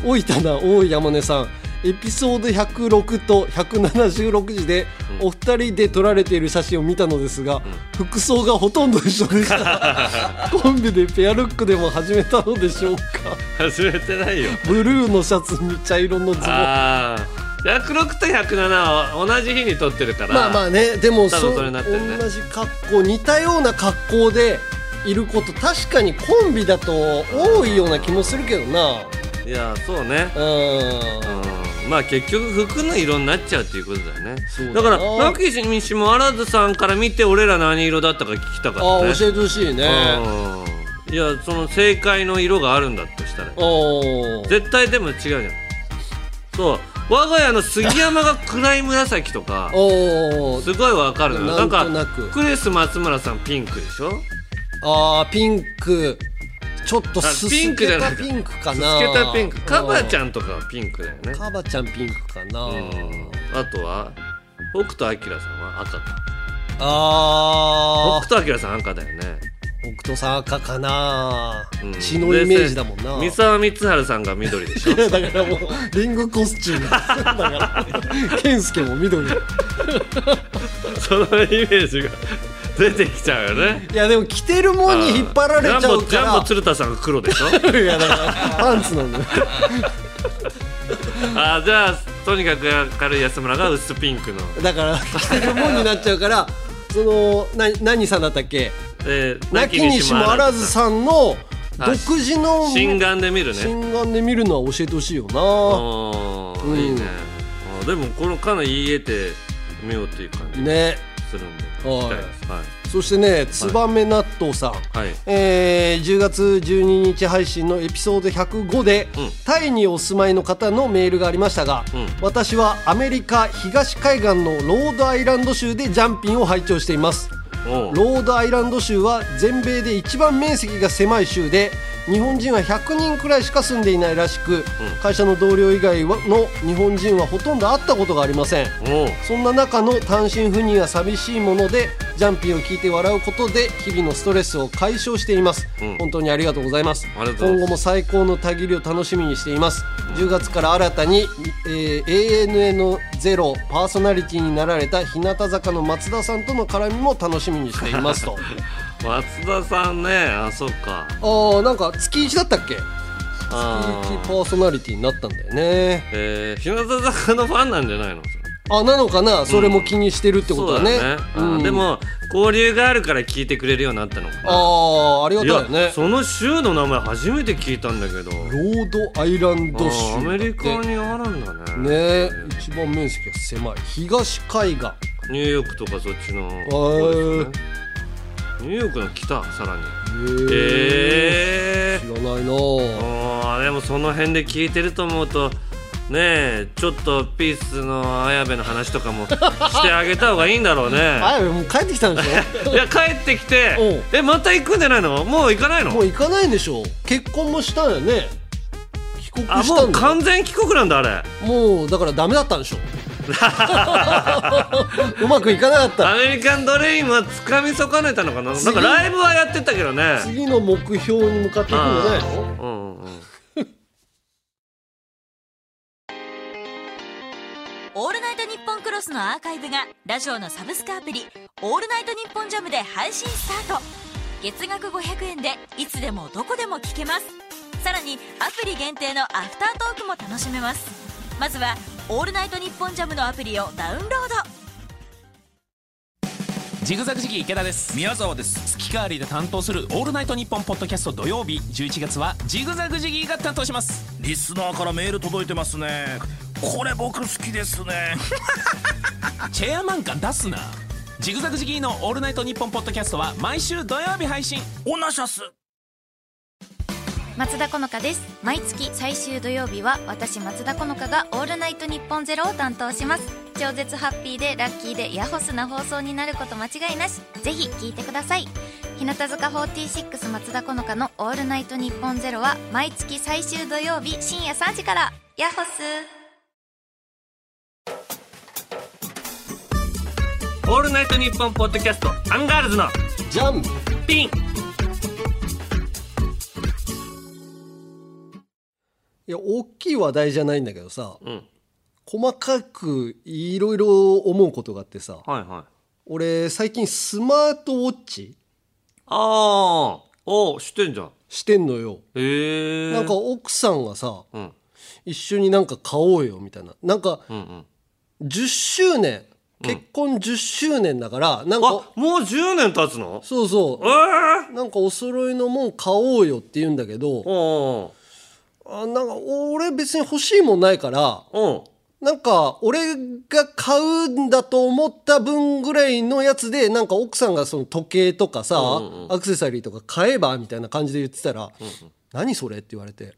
Speaker 3: 大分な大井山根さんエピソード106と176時でお二人で撮られている写真を見たのですが、服装がほとんど一緒でした コンビでペアルックでも始めたのでしょうか
Speaker 2: 始めてない よ
Speaker 3: ブルーのシャツに茶色のズボン
Speaker 2: ああ106と107は同じ日に撮ってるから
Speaker 3: まあまあねでも
Speaker 2: 多分
Speaker 3: そう
Speaker 2: それになってるね
Speaker 3: 同じ格好似たような格好でいること確かにコンビだと多いような気もするけどない
Speaker 2: やそうね
Speaker 3: うん
Speaker 2: うんまあ結局服の色になっちゃうっていうことだよね
Speaker 3: そう
Speaker 2: だか
Speaker 3: だな
Speaker 2: らラッキーにしもあらずさんから見て俺ら何色だったか聞きたかった
Speaker 3: あ
Speaker 2: ね
Speaker 3: あ教えてほしいね
Speaker 2: うんいやその正解の色があるんだとしたら
Speaker 3: おー
Speaker 2: 絶対でも違うじゃんそう我が家の杉山が暗い紫とか
Speaker 3: おー
Speaker 2: すごいわかるのよ
Speaker 3: な
Speaker 2: なんんか
Speaker 3: となく
Speaker 2: クリス松村さんピンクでしょ
Speaker 3: あーピンクちょっと
Speaker 2: あ
Speaker 3: すす
Speaker 2: ピンクじ
Speaker 3: け
Speaker 2: ゃな
Speaker 3: た
Speaker 2: い
Speaker 3: ピンク
Speaker 2: ス
Speaker 3: かな
Speaker 2: ケタピンクカバち
Speaker 3: ん
Speaker 2: ゃんとかはピンクだよね
Speaker 3: カバちゃんピンクかな
Speaker 2: うんあとは北斗晶さんは赤か
Speaker 3: あー
Speaker 2: 北斗晶さん赤だよね
Speaker 3: 北斗さん赤かな
Speaker 2: うん
Speaker 3: 血のイメージだもんな
Speaker 2: でせ三沢光晴さんが緑でしょ
Speaker 3: だからもうリングコスチュームだから健介も緑い
Speaker 2: そのイメージが 出てきちゃうよね
Speaker 3: やでも着てるもんに引っ張られちゃう
Speaker 2: ジ
Speaker 3: か
Speaker 2: ャンボジャンボ
Speaker 3: ら
Speaker 2: 鶴田さんが黒でしょ
Speaker 3: いやだからパンツなんだよ
Speaker 2: あーじゃあとにかく明るい安村が薄ピンクの
Speaker 3: だから着てるもんになっちゃうからそのな何さんだったっけ
Speaker 2: で
Speaker 3: 泣きにしもあらずさんの独自の
Speaker 2: 新眼で見るね
Speaker 3: 心眼で見るのは教えてほしいよ
Speaker 2: あー
Speaker 3: うん
Speaker 2: いいねあーでもこのかなり言えてみようっていう感
Speaker 3: な
Speaker 2: じ
Speaker 3: ね
Speaker 2: するんで
Speaker 3: はい
Speaker 2: 聞きたいですはい
Speaker 3: そしてねツバメ納豆さん、
Speaker 2: はい
Speaker 3: えー10月12日配信のエピソード105で、
Speaker 2: うん
Speaker 3: タイにお住まいの方のメールがありましたが、
Speaker 2: うん
Speaker 3: 私はアメリカ東海岸のロードアイランド州でジャンピンを拝聴しています
Speaker 2: おう
Speaker 3: ロードアイランド州は全米で一番面積が狭い州で日本人は100人くらいしか住んでいないらしく、会社の同僚以外はの日本人はほとんど会ったことがありません
Speaker 2: おう
Speaker 3: そんな中の単身赴任は寂しいものでジャンピンを聞いて笑うことで日々のストレスを解消しています、
Speaker 2: うん
Speaker 3: 本当にありがとうございます
Speaker 2: ありがとうございます
Speaker 3: 今後も最高のたぎりを楽しみにしています10月から新たに、えー ANA のゼロパーソナリティになられた日向坂の松田さんとの絡みも楽しみにしていま すと
Speaker 2: 松田さんねあそっか
Speaker 3: あーなんか月1だったっけ月
Speaker 2: あ
Speaker 3: 1
Speaker 2: ー
Speaker 3: パーソナリティになったんだよね
Speaker 2: えー、日向坂のファンなんじゃないの
Speaker 3: あなのかなそれも気にしてるってこ
Speaker 2: そ
Speaker 3: と
Speaker 2: う
Speaker 3: は
Speaker 2: だ
Speaker 3: ね,、
Speaker 2: ね、うんでも交流があるから聞いてくれるようになったのかな
Speaker 3: ああありがた
Speaker 2: い
Speaker 3: いよ
Speaker 2: や、
Speaker 3: ね
Speaker 2: その州の名前初めて聞いたんだけど
Speaker 3: ロードアイランド州
Speaker 2: あアメリカにあるんだね
Speaker 3: ね一番面積が狭い東海岸
Speaker 2: ニューヨークとかそっちの
Speaker 3: ー
Speaker 2: そうですねニューヨークの北さらに
Speaker 3: え
Speaker 2: ええ
Speaker 3: 知らないなぁ
Speaker 2: あーでもその辺で聞いてると思うとねえちょっとピースの綾部の話とかもしてあげた方がいいんだろうね
Speaker 3: あもう帰ってきたんでし
Speaker 2: いや帰ってきて
Speaker 3: おう
Speaker 2: えまた行くんじゃないのもう行かない
Speaker 3: ょ も
Speaker 2: の
Speaker 3: う行かないんでしょ結婚もしたんよね帰国
Speaker 2: あ
Speaker 3: し
Speaker 2: も
Speaker 3: た
Speaker 2: うん
Speaker 3: だ
Speaker 2: 完全帰国なんだあれ
Speaker 3: もうだからダメだったん でしょうまくいかなかった
Speaker 2: アメリカンドレインはつかみ損ねたのかななんかライブはやってたけどね
Speaker 3: 次の目標に向かっていくんじゃないの
Speaker 2: うんうんうん
Speaker 4: オールナイトニッポンクロスのアーカイブがラジオのサブスクアプリ「オールナイトニッポンジャムで配信スタート月額500円でいつでもどこでも聞けますさらにアプリ限定のアフタートークも楽しめますまずは「オールナイトニッポンジャムのアプリをダウンロード
Speaker 5: ジグザグジギー池田です
Speaker 6: 宮沢です
Speaker 5: 月替わりで担当する「オールナイトニッポン」ポッドキャスト土曜日11月はジグザグジギーが担当します
Speaker 6: リスナーからメール届いてますねこれ僕好きですね
Speaker 5: チェアマン感出すなジグザグジギーの「オールナイトニッポン」ポッドキャストは毎週土曜日配信
Speaker 6: オナシャス
Speaker 7: 松田好花です毎月最終土曜日は私松田好花が「オールナイトニッポンゼロを担当します超絶ハッピーでラッキーでヤホスな放送になること間違いなしぜひ聞いてください日向坂46松田好花の「オールナイトニッポンゼロは毎月最終土曜日深夜3時からヤホス
Speaker 2: 「オールナイトニッポン」ポッドキャストアンガールズの
Speaker 3: ジャン
Speaker 2: ピン
Speaker 3: いや大きい話題じゃないんだけどさ、
Speaker 2: ん
Speaker 3: 細かくいろいろ思うことがあってさ
Speaker 2: はいはい
Speaker 3: 俺最近スマートウォッチ
Speaker 2: あーおー知ってんじゃん
Speaker 3: してんのよ
Speaker 2: へえ
Speaker 3: なんか奥さんがさ
Speaker 2: うん
Speaker 3: 一緒になんか買おうよみたいななんか
Speaker 2: うんうん
Speaker 3: 10周年結婚10周年だからなんか
Speaker 2: あもう10年経つの
Speaker 3: そうそ
Speaker 2: えー
Speaker 3: うなんかお揃いのもん買おうよって言うんだけど
Speaker 2: おー
Speaker 3: あなんか俺別に欲しいもんないから
Speaker 2: おー
Speaker 3: なんか、俺が買うんだと思った分ぐらいのやつで、なんか奥さんがその時計とかさ、アクセサリーとか買えばみたいな感じで言ってたら、何それって言われて。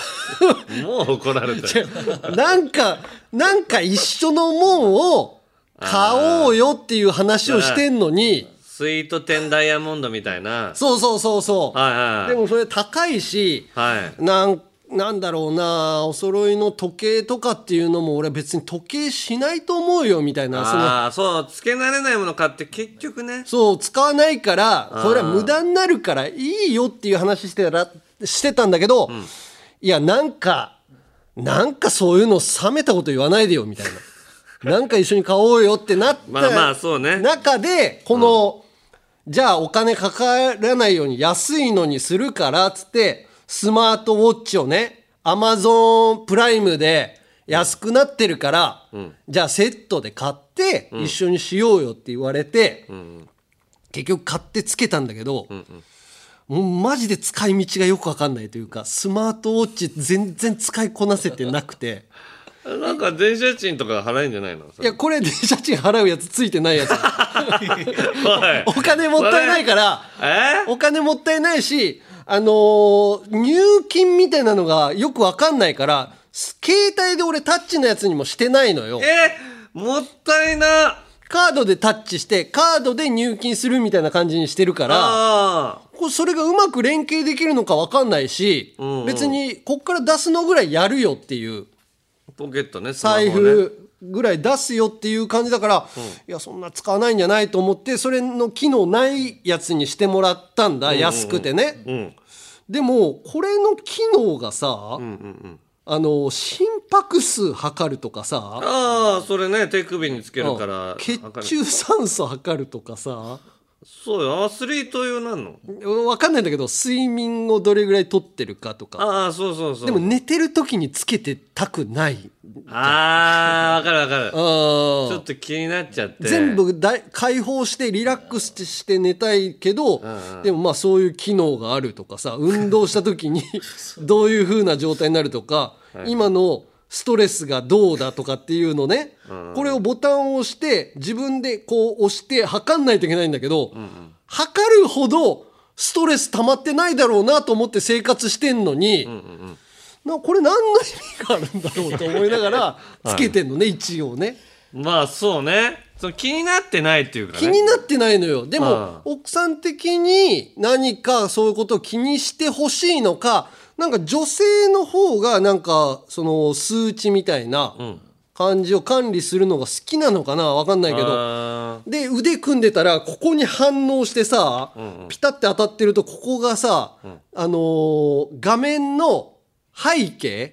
Speaker 2: もう怒られてる
Speaker 3: なんか、なんか一緒のもんを買おうよっていう話をしてんのに、
Speaker 2: スイートテンダイヤモンドみたいな
Speaker 3: そうそうそうそう。
Speaker 2: はいはい
Speaker 3: でもそれ高いし、
Speaker 2: はい
Speaker 3: なんなんだろうなお揃いの時計とかっていうのも俺別に時計しないと思うよみたいなその
Speaker 2: ああそうつけ慣れないもの買って結局ね
Speaker 3: そう、使わないから、それは無駄になるからいいよっていう話してたら、してたんだけど、いや、なんか、なんかそういうの冷めたこと言わないでよ、みたいな。なんか一緒に買おうよってなった
Speaker 2: まあまあそうね
Speaker 3: 中で、この、じゃあお金かからないように安いのにするから、つって、スマートウォッチをね、アマゾンプライムで安くなってるから、じゃあセットで買って一緒にしようよって言われて、結局買ってつけたんだけど、もうマジで使い道がよくわかんないというかスマートウォッチ全然使いこなせてなくて
Speaker 2: なんか電車賃とか払えんじゃないの
Speaker 3: いやこれ電車賃払うやつついてない やつお
Speaker 2: お
Speaker 3: 金もったいないから
Speaker 2: え
Speaker 3: お金もったいないしあのー入金みたいなのがよくわかんないから携帯で俺タッチのやつにもしてないのよ
Speaker 2: えもったいな
Speaker 3: カードでタッチしてカードで入金するみたいな感じにしてるから
Speaker 2: ああ
Speaker 3: こうそれがうまく連携できるのか分かんないし、別にこっから出すのぐらいやるよっていう
Speaker 2: ポケットねスマホね
Speaker 3: 財布ぐらい出すよっていう感じだから、いやそんな使わないんじゃないと思ってそれの機能ないやつにしてもらったんだ、安くてね、でもこれの機能がさ、あの心拍数測るとかさ
Speaker 2: ああそれね手首につけるから
Speaker 3: 血中酸素測るとかさ
Speaker 2: そうよアスリート用なんの
Speaker 3: 分かんないんだけど睡眠をどれぐらいとってるかとか
Speaker 2: ああそうそうそう
Speaker 3: でも寝てる時につけてたくない
Speaker 2: ああわかるわかる
Speaker 3: あー
Speaker 2: ちょっと気になっちゃって
Speaker 3: 全部だい解放してリラックスして寝たいけど、でもまあそういう機能があるとかさ運動した時 にどういう風な状態になるとか、今のストレスがどうだとかっていうのね、これをボタンを押して自分でこう押して測んないといけないんだけど、測るほどストレス溜まってないだろうなと思って生活してんのに。なこれ何の意味があるんだろうと思いなが らつけてんのね、一応ね。
Speaker 2: まあそうねその気になってないっていうかね
Speaker 3: 気になってないのよでも
Speaker 2: ああ
Speaker 3: 奥さん的に何かそういうことを気にしてほしいのかなんか女性の方がなんかその数値みたいな感じを管理するのが好きなのかなわかんないけど
Speaker 2: あ
Speaker 3: で腕組んでたらここに反応してさ、ピタって当たってるとここがさ、あのー画面の背景
Speaker 2: ー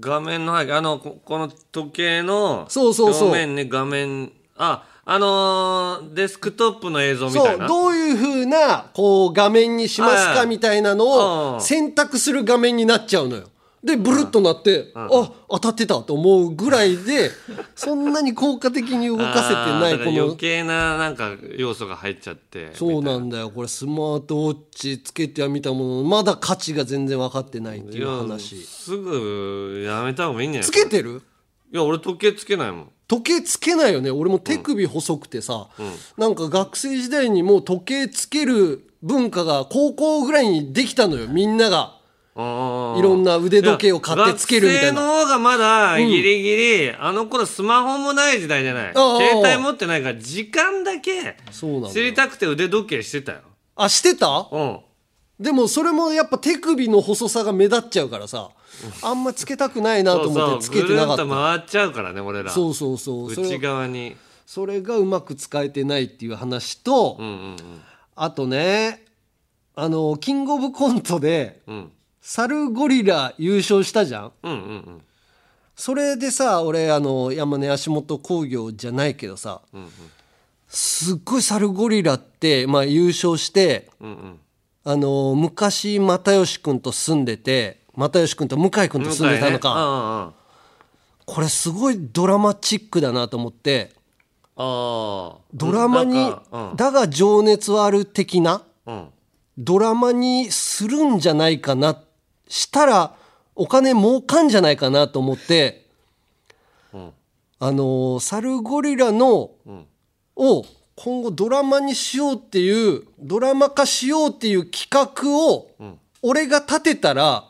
Speaker 2: 画面の背景あのここの時計の
Speaker 3: そうそうそう
Speaker 2: 表面ね画面ああのーデスクトップの映像みた
Speaker 3: そ
Speaker 2: いうな
Speaker 3: どういう風なこう画面にします
Speaker 2: はいは
Speaker 3: か
Speaker 2: い
Speaker 3: みたいなのを選択する画面になっちゃうのよ。でブルッとなって、あ当たってたと思うぐらいで そんなに効果的に動かせてな
Speaker 2: あーだ
Speaker 3: い
Speaker 2: か
Speaker 3: こ
Speaker 2: ら
Speaker 3: の
Speaker 2: 余計ななんか要素が入っちゃって
Speaker 3: そうなんだよこれスマートウォッチつけてはみたもののまだ価値が全然分かってないっていう
Speaker 2: いや
Speaker 3: 話
Speaker 2: すぐやめた方がいいんじゃない
Speaker 3: つけてる
Speaker 2: いや俺時計つけないもん
Speaker 3: 時計つけないよね俺も手首細くてさ、なんか学生時代にもう時計つける文化が高校ぐらいにできたのよみんなが。
Speaker 2: あー
Speaker 3: いろんな腕時計を買ってつけるみたいな
Speaker 2: や学生の方がまだギリギリ、あの頃スマホもない時代じゃない
Speaker 3: ああ
Speaker 2: 携帯持ってないから時間だけ
Speaker 3: そうなのよ
Speaker 2: 知りたくて腕時計してたよ
Speaker 3: あしてた
Speaker 2: うん
Speaker 3: でもそれもやっぱ手首の細さが目立っちゃうからさあんまつけたくないなと思ってつけ
Speaker 2: ぐ
Speaker 3: て
Speaker 2: る
Speaker 3: なか
Speaker 2: っ
Speaker 3: っ
Speaker 2: と
Speaker 3: た
Speaker 2: 回っちゃうからね俺ら
Speaker 3: そうそうそうそ
Speaker 2: 内
Speaker 3: れ
Speaker 2: 側に
Speaker 3: それがうまく使えてないっていう話と、あとねあのキングオブコントで、サルゴリラ優勝したじゃん
Speaker 2: うんうんうん
Speaker 3: それでさ俺あの山根足元工業じゃないけどさ、すっごいサルゴリラって、まあ、優勝して、あの昔又吉君と住んでて又吉君と向井君と住んでたの
Speaker 2: 向
Speaker 3: か、
Speaker 2: か
Speaker 3: これすごいドラマチックだなと思って
Speaker 2: いねうんうんうんああ
Speaker 3: ドラマに、
Speaker 2: なんか
Speaker 3: だが情熱はある的な
Speaker 2: うんうん
Speaker 3: ドラマにするんじゃないかなしたらお金儲かんじゃないかなと思って、あのーサルゴリラの、を今後ドラマにしようっていうドラマ化しようっていう企画を、俺が立てた ら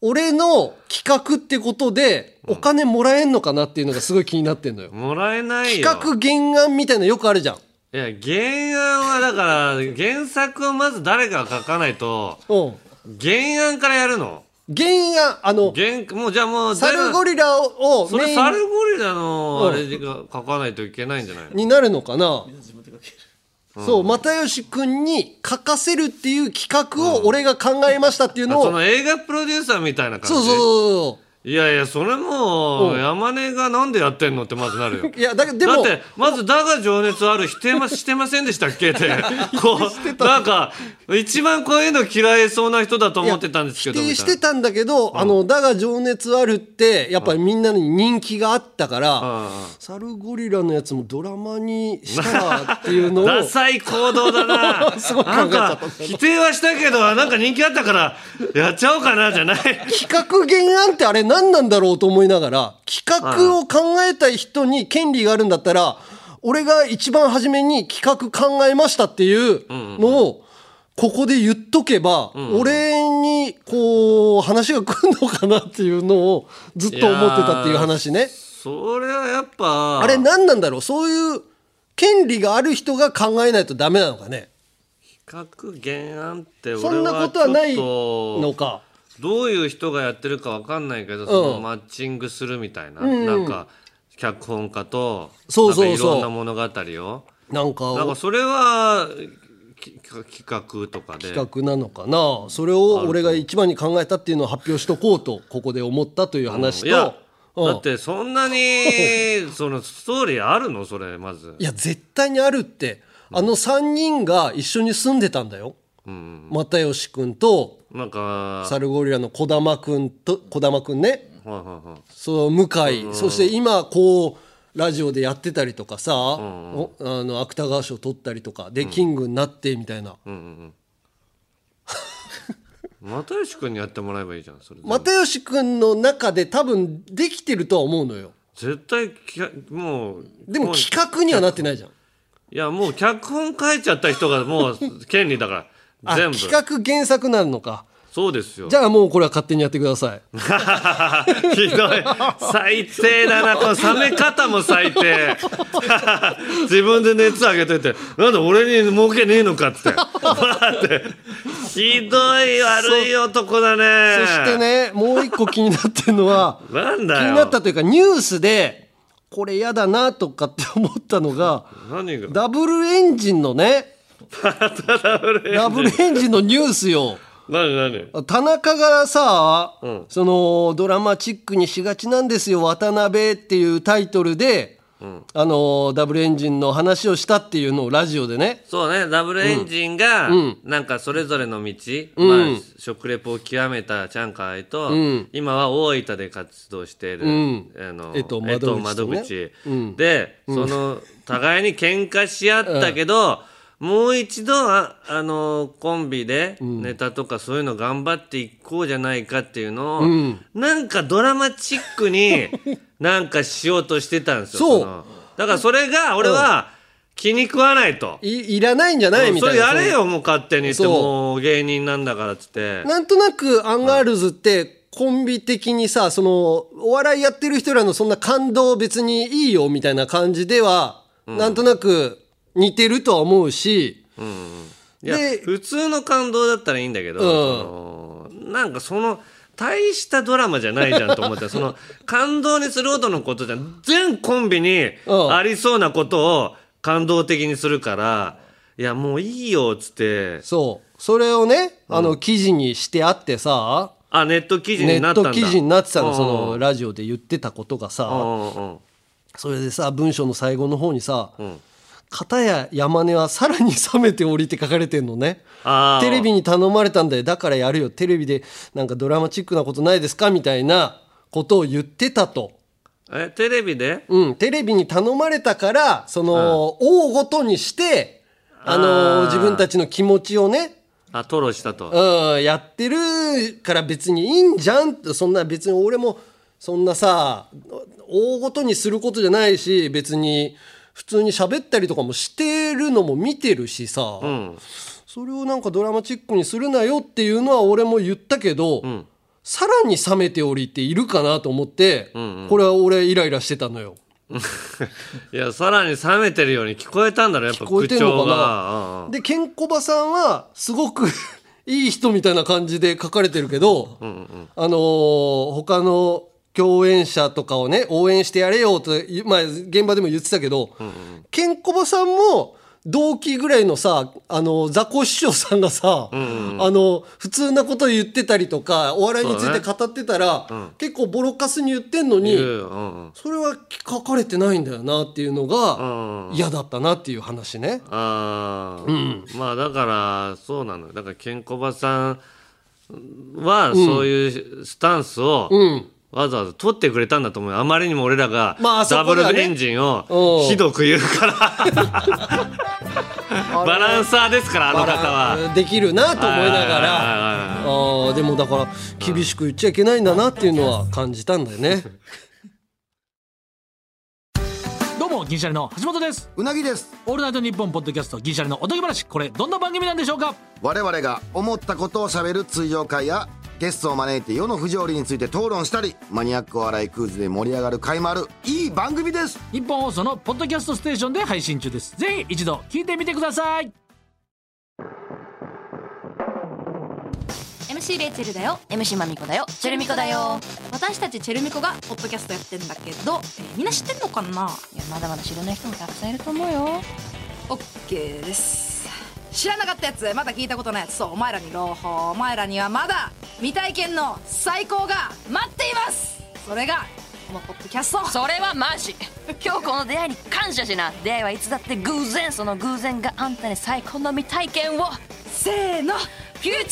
Speaker 3: 俺の企画ってことでお金もらえんのかなっていうのがすごい気になってんのよ。
Speaker 2: もらえない
Speaker 3: 企
Speaker 2: よ
Speaker 3: 画原案みたいなのよくあるじゃん。
Speaker 2: いや原案はだから 原作をまず誰かが書かないと
Speaker 3: うん、
Speaker 2: 原案からやるの
Speaker 3: 原案あの
Speaker 2: 原もうじゃあもう
Speaker 3: サルゴ
Speaker 2: リ
Speaker 3: リラを
Speaker 2: そ
Speaker 3: メ
Speaker 2: れ
Speaker 3: イ
Speaker 2: サ
Speaker 3: ン
Speaker 2: ルゴリラの
Speaker 3: うん
Speaker 2: あれが書かないといけないんじゃないの
Speaker 3: になるのかなそう又吉君に書かせるっていう企画を俺が考えましたっていうの
Speaker 2: あ
Speaker 3: を、
Speaker 2: その映画プロデューサーみたいな感じ
Speaker 3: そうそうそ
Speaker 2: いやいやそれも
Speaker 3: う
Speaker 2: うん山根がなんでやってんのってまずなるよ
Speaker 3: ういやだけどで
Speaker 2: だっ
Speaker 3: も
Speaker 2: てまず「だが情熱ある」否定ましてませんでしたっけって こうなんか一番こういうの嫌いそうな人だと
Speaker 3: いや
Speaker 2: 思ってたんですけ
Speaker 3: 否
Speaker 2: ど
Speaker 3: 定
Speaker 2: み
Speaker 3: した
Speaker 2: い
Speaker 3: て
Speaker 2: な
Speaker 3: たんだけど「あのだが情熱ある」ってやっぱりみんなに人気があったから、サルゴリラのやつもドラマにしたらっていうのを
Speaker 2: ダサい行動だな
Speaker 3: すごい考えち
Speaker 2: な
Speaker 3: ゃっ
Speaker 2: ん
Speaker 3: た
Speaker 2: か否定はしたけどなんか人気あったからやっちゃおうかなじゃない
Speaker 3: 企画原案ってあれ何なんだろうと思いながら企画を考えたい人に権利があるんだったら俺が一番初めに企画考えましたっていうのをここで言っとけば俺にこう話が来るのかなっていうのをずっと思ってたっていう話ね
Speaker 2: それはやっぱ
Speaker 3: あれ何なんだろうそういう権利がある人が考えないとダメなのかね
Speaker 2: 企画原案って
Speaker 3: そ
Speaker 2: 俺
Speaker 3: んな
Speaker 2: は
Speaker 3: ことはない
Speaker 2: ちょっ
Speaker 3: の
Speaker 2: と
Speaker 3: か
Speaker 2: どういう人がやってるかわかんないけど、そのマッチングするみたいな、なんか脚本家と
Speaker 3: そうそうそう
Speaker 2: なんかいろんな物語を
Speaker 3: なんか
Speaker 2: なんかそれはきき企画とかで
Speaker 3: 企画なのかなそれを俺が一番に考えたっていうのを発表しとこうとここで思ったという話と、
Speaker 2: いや
Speaker 3: うん
Speaker 2: だってそんなにそのストーリーあるのそれまず
Speaker 3: いや絶対にあるってあの3人が一緒に住んでたんだよ、又吉君と
Speaker 2: なんか
Speaker 3: サルゴリラの児玉君と児玉君ね
Speaker 2: はいはいはい
Speaker 3: そう向井、そして今こうラジオでやってたりとかさ、おあの芥川賞取ったりとかで、キングになってみたいな、
Speaker 2: 又吉君にやってもらえばいいじゃんそれで
Speaker 3: 又吉君の中で多分できてるとは思うのよ
Speaker 2: 絶対きゃもう
Speaker 3: でも企画にはなってないじゃん
Speaker 2: いやもう脚本書いちゃった人がも う権利だから
Speaker 3: あ
Speaker 2: 全部
Speaker 3: 企画原作なのか
Speaker 2: そうですよ
Speaker 3: じゃあもうこれは勝手にやってください
Speaker 2: ひどい最低だなこの冷め方も最低 自分で熱上げといてなんで俺に儲けねえのかってってひどい悪い男だ
Speaker 3: そ
Speaker 2: ね
Speaker 3: してねもう一個気になってるの は
Speaker 2: なん
Speaker 3: 気
Speaker 2: だよ
Speaker 3: になったというかニュースでこれ嫌だなとかって思ったのが
Speaker 2: 何が
Speaker 3: ダブルエンジンのね ダブルエンジンのニュースよ
Speaker 2: 何何
Speaker 3: 田中がさ、
Speaker 2: ん
Speaker 3: そのドラマチックにしがちなんですよ「渡辺」っていうタイトルで、あのダブルエンジンの話をしたっていうのをラジオでね
Speaker 2: そうねダブルエンジンが、なんかそれぞれの道、まあ、食レポを極めたチャンカイと、今は大分で活動している、
Speaker 3: ん
Speaker 2: あの
Speaker 3: 江藤窓口とね
Speaker 2: 江藤で、その互いに喧嘩し合ったけど、もう一度あ、あのコンビでネタとかそういうの頑張っていこうじゃないかっていうのを、なんかドラマチック になんかしようとしてたんですよ。
Speaker 3: そう
Speaker 2: のだからそれが俺は気に食わないと。
Speaker 3: いいらないんじゃないみ
Speaker 2: そ
Speaker 3: たい
Speaker 2: れ
Speaker 3: な
Speaker 2: やれよもう勝手にって
Speaker 3: そう
Speaker 2: もう芸人なんだからっつって
Speaker 3: なんとなくアンガールズってコンビ的にさそのお笑いやってる人らのそんな感動別にいいよみたいな感じでは、なんとなく似てるとは思うし、
Speaker 2: いや
Speaker 3: で
Speaker 2: 普通の感動だったらいいんだけど、そのなんかその大したドラマじゃないじゃんと思 ってその感動にするほどのことじゃん全コンビに
Speaker 3: うん
Speaker 2: ありそうなことを感動的にするからいやもういいよっつって
Speaker 3: そうそれをね、あの記事にしてあってさ
Speaker 2: あネット記事
Speaker 3: ネ
Speaker 2: にな
Speaker 3: ッ
Speaker 2: ったん
Speaker 3: ト
Speaker 2: だ
Speaker 3: 記事になってたのその
Speaker 2: うん
Speaker 3: ラジオで言ってたことが
Speaker 2: う
Speaker 3: さ
Speaker 2: んうんうん
Speaker 3: それでさ文章の最後の方にさ「片や山根はさらに冷めており」って書かれてんのね
Speaker 2: あー
Speaker 3: テレビに頼まれたんだよだからやるよテレビでなんかドラマチックなことないですかみたいなことを言ってたと。
Speaker 2: えテレビで
Speaker 3: うん、テレビに頼まれたからその、大ごとにしてあの
Speaker 2: あー
Speaker 3: 自分たちの気持ちをね
Speaker 2: あトロしたと
Speaker 3: うん、やってるから別にいいんじゃんそんな別に俺もそんなさ大ごとにすることじゃないし別に普通に喋ったりとかもしてるのも見てるしさ、それをなんかドラマチックにするなよっていうのは俺も言ったけど、さらに冷めておりっているかなと思って、これは俺イライラしてたのよ。
Speaker 2: いやさらに冷めてるように聞こえたんだろやっぱ
Speaker 3: 聞こえ
Speaker 2: 口
Speaker 3: てんの
Speaker 2: 調
Speaker 3: か
Speaker 2: がうんう
Speaker 3: なんでケンコバさんはすごく いい人みたいな感じで書かれてるけど、あのー他の共演者とかをね応援してやれよと、まあ、現場でも言ってたけど、ケンコバさんも同期ぐらいのさあの雑魚師匠さんがさ、あの普通なこと言ってたりとかお笑いについて語ってたら、結構ボロカスに言ってんの
Speaker 2: い
Speaker 3: に、
Speaker 2: ううんうん
Speaker 3: それは書かれてないんだよなっていうのが嫌だったなっていう話ね。
Speaker 2: ああ、まあだからそうなのよだからケンコバさんはそういうスタンスをわざわざ取ってくれたんだと思うよあまりにも俺らが
Speaker 3: まあそ
Speaker 2: ダ
Speaker 3: こ
Speaker 2: ブ
Speaker 3: ではね
Speaker 2: ルエンジン
Speaker 3: う
Speaker 2: を
Speaker 3: ん
Speaker 2: ひどく言う からバランサーですからあの方は。
Speaker 3: できるなと思いながら
Speaker 2: はいはいはい
Speaker 3: あーでもだから厳しく言っちゃいけないんだなっていうのは感じたんだよね
Speaker 5: どうも銀シャリの橋本です
Speaker 8: うなぎです
Speaker 5: オールナイトニッポンポッドキャスト銀シャリのおとぎ話これどんな番組なんでしょうか
Speaker 8: 我々が思ったことをしゃべる通常会やゲストを招いて世の不条理について討論したりマニアックお笑いクイズで盛り上がる会もあるいい番組です
Speaker 5: 日本放送のポッドキャストステーションで配信中ですぜひ一度聞いてみてください
Speaker 9: MC レイチェルだよ
Speaker 7: MC まみこだよ
Speaker 9: チェルミコだよ私たちチェルミコがポッドキャストやってんだけど、えーみんな知ってんのかない
Speaker 7: やまだまだ知らない人もたくさんいると思うよ
Speaker 9: オッケーです知らなかったやつまだ聞いたことないやつそうお前らに朗報お前らにはまだ未体験の最高が待っていますそれがこのポッドキャスト
Speaker 4: それはマジ今日この出会いに感謝しな出会いはいつだって偶然その偶然があんたに最高の未体験を
Speaker 9: せーの
Speaker 4: フューチャーエナ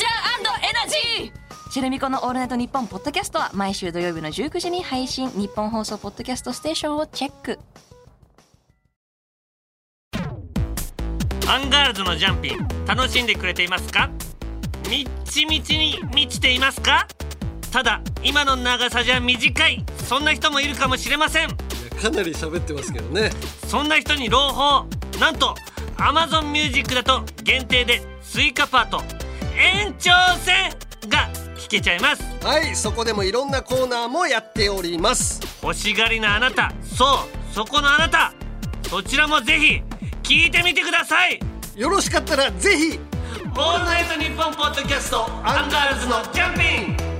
Speaker 4: ジーシェルミコの「オールナイトニッポン」ポッドキャストは毎週土曜日の19時に配信日本放送ポッドキャストステーションをチェック
Speaker 2: アンガールズのジャンピン楽しんでくれていますかみっちみちに満ちていますかただ今の長さじゃ短いそんな人もいるかもしれません
Speaker 3: かなり喋ってますけどね
Speaker 2: そんな人に朗報なんと Amazon Music だと限定でスイカパート延長戦が聞けちゃいます
Speaker 3: はいそこでもいろんなコーナーもやっております
Speaker 2: 欲しがりなあなたそうそこのあなたそちらもぜひ聞いてみてください
Speaker 3: よろしかったらぜひ
Speaker 2: オールナイトニッポンポッドキャストアンガールズのジャンピン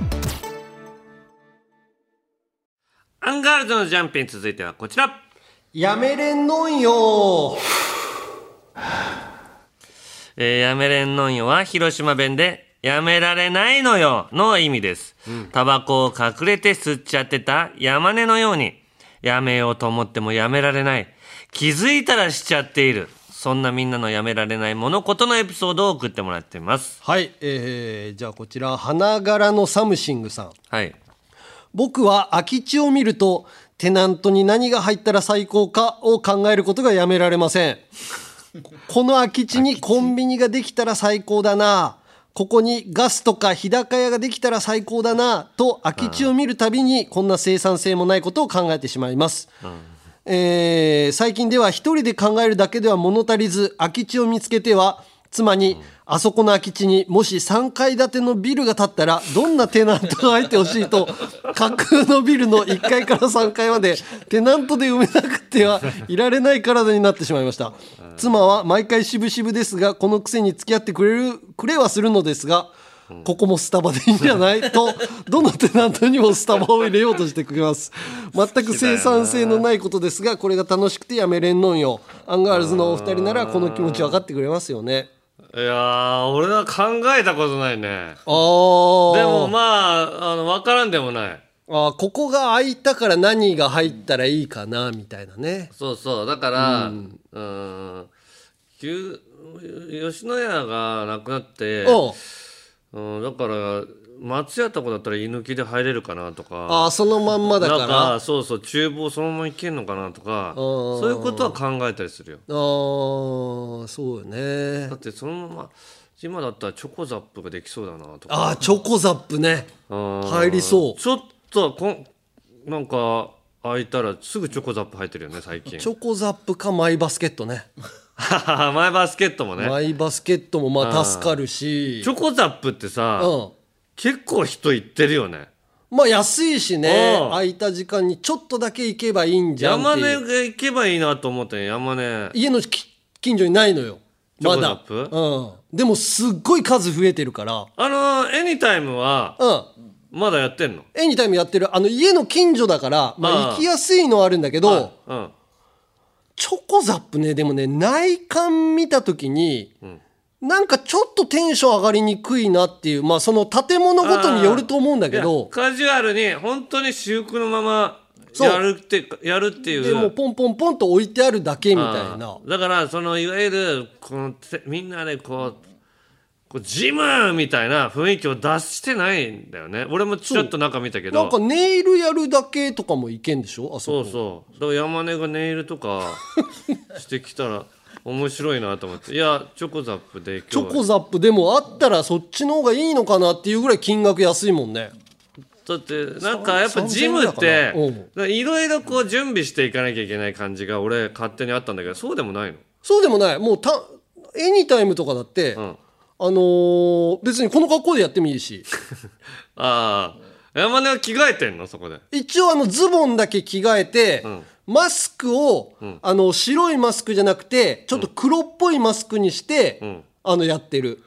Speaker 2: アンガールズのジャンピン続いてはこちら
Speaker 3: やめれんのんよ
Speaker 2: えーやめれんのんよは広島弁で、やめられないのよの意味です。タバコを隠れて吸っちゃってた山根のように、やめようと思ってもやめられない。気づいたらしちゃっている。そんなみんなのやめられない物事のエピソードを送ってもらっています。
Speaker 3: はい、えー、じゃあこちら花柄のサムシングさん
Speaker 2: はい。
Speaker 3: 僕は空き地を見るとテナントに何が入ったら最高かを考えることがやめられませんこの空き地にコンビニができたら最高だなここにガスとか日高屋ができたら最高だなと空き地を見るたびにこんな生産性もないことを考えてしまいます、えー最近では一人で考えるだけでは物足りず空き地を見つけては妻に、あそこの空き地にもし3階建てのビルが建ったらどんなテナントが入ってほしいと架空のビルの1階から3階までテナントで埋めなくてはいられない体になってしまいました妻は毎回渋々ですがこの癖に付き合ってくれるくれはするのですがここもスタバでいいんじゃないとどのテナントにもスタバを入れようとしてくれます全く生産性のないことですがこれが楽しくてやめれんのんよアンガールズのお二人ならこの気持ち分かってくれますよね
Speaker 2: いやー、俺は考えたことないね。
Speaker 3: あー
Speaker 2: でもまあ、あの、わからんでもない。
Speaker 3: あーここが空いたから何が入ったらいいかなみたいなね
Speaker 2: そうそう。だから、うん、ん急吉野家がなくなって、
Speaker 3: おう
Speaker 2: うん、だから松屋とかだったら居抜きで入れるかなとか
Speaker 3: あーそのまんまだから
Speaker 2: なんかそうそう厨房そのまま行けんのかなとか
Speaker 3: うん
Speaker 2: そういうことは考えたりするよ
Speaker 3: あーそうよね
Speaker 2: だってそのまま今だったらチョコザップができそうだなとか
Speaker 3: あーチョコザップね
Speaker 2: うん
Speaker 3: 入りそう
Speaker 2: ちょっとこんなんか開いたらすぐチョコザップ入ってるよね最近
Speaker 3: チョコザップかマイバスケットね
Speaker 2: 前バスケットもね
Speaker 3: マイバスケットもまあ助かるし
Speaker 2: チョコザップってさ、
Speaker 3: うん
Speaker 2: 結構人行ってるよね
Speaker 3: まあ安いしね
Speaker 2: うん
Speaker 3: 空いた時間にちょっとだけ行けばいいんじゃんっ
Speaker 2: 山
Speaker 3: て
Speaker 2: 根
Speaker 3: いう
Speaker 2: が行けばいいなと思ったよ山根
Speaker 3: 家のき近所にないのよ
Speaker 2: チョ
Speaker 3: ま
Speaker 2: コザッ
Speaker 3: だ、
Speaker 2: プ
Speaker 3: うん、でもすっごい数増えてるから
Speaker 2: あのエニタイムは
Speaker 3: うん
Speaker 2: まだやってんの
Speaker 3: エニタイムやってるあの家の近所だから、まあ、
Speaker 2: ああ
Speaker 3: 行きやすいのはあるんだけど、
Speaker 2: うん
Speaker 3: チョコザップねでもね内観見た時に、なんかちょっとテンション上がりにくいなっていうまあその建物ごとによると思うんだけ
Speaker 2: いや
Speaker 3: ど
Speaker 2: カジュアルに本当に私服のまま
Speaker 3: そう
Speaker 2: やるってやるっていう
Speaker 3: でもポンポンポンと置いてあるだけみたいな
Speaker 2: あーだからそのいわゆるこのてみんなでこうこうジムみたいな雰囲気を出してないんだよね俺もちょっと中見たけ
Speaker 3: なん
Speaker 2: ど
Speaker 3: かネイルやるだけとかもいけんでしょあ
Speaker 2: そ
Speaker 3: そこ
Speaker 2: うそうだから山根がネイルと かしてきたら面白いなと思っていやチョコザップで今日
Speaker 3: チ
Speaker 2: は
Speaker 3: ョコザップでもあったらそっちの方がいいのかなっていうぐらい金額安いもんね
Speaker 2: だってなんかやっぱジムっ
Speaker 3: 3000
Speaker 2: て
Speaker 3: 円だか
Speaker 2: いろいろこう準備していかなきゃいけない感じが俺勝手にあったんだけどそうでもないの
Speaker 3: そうでもないもうたエニタイムとかだって、
Speaker 2: ん
Speaker 3: あのー別にこの格好でやってもいい し
Speaker 2: ああ山根は着替えてんのそこで
Speaker 3: 一応あのズボンだけ着替えて、マスクを、あの白いマスクじゃなくてちょっと黒っぽいマスクにして、
Speaker 2: ん
Speaker 3: あのやって る。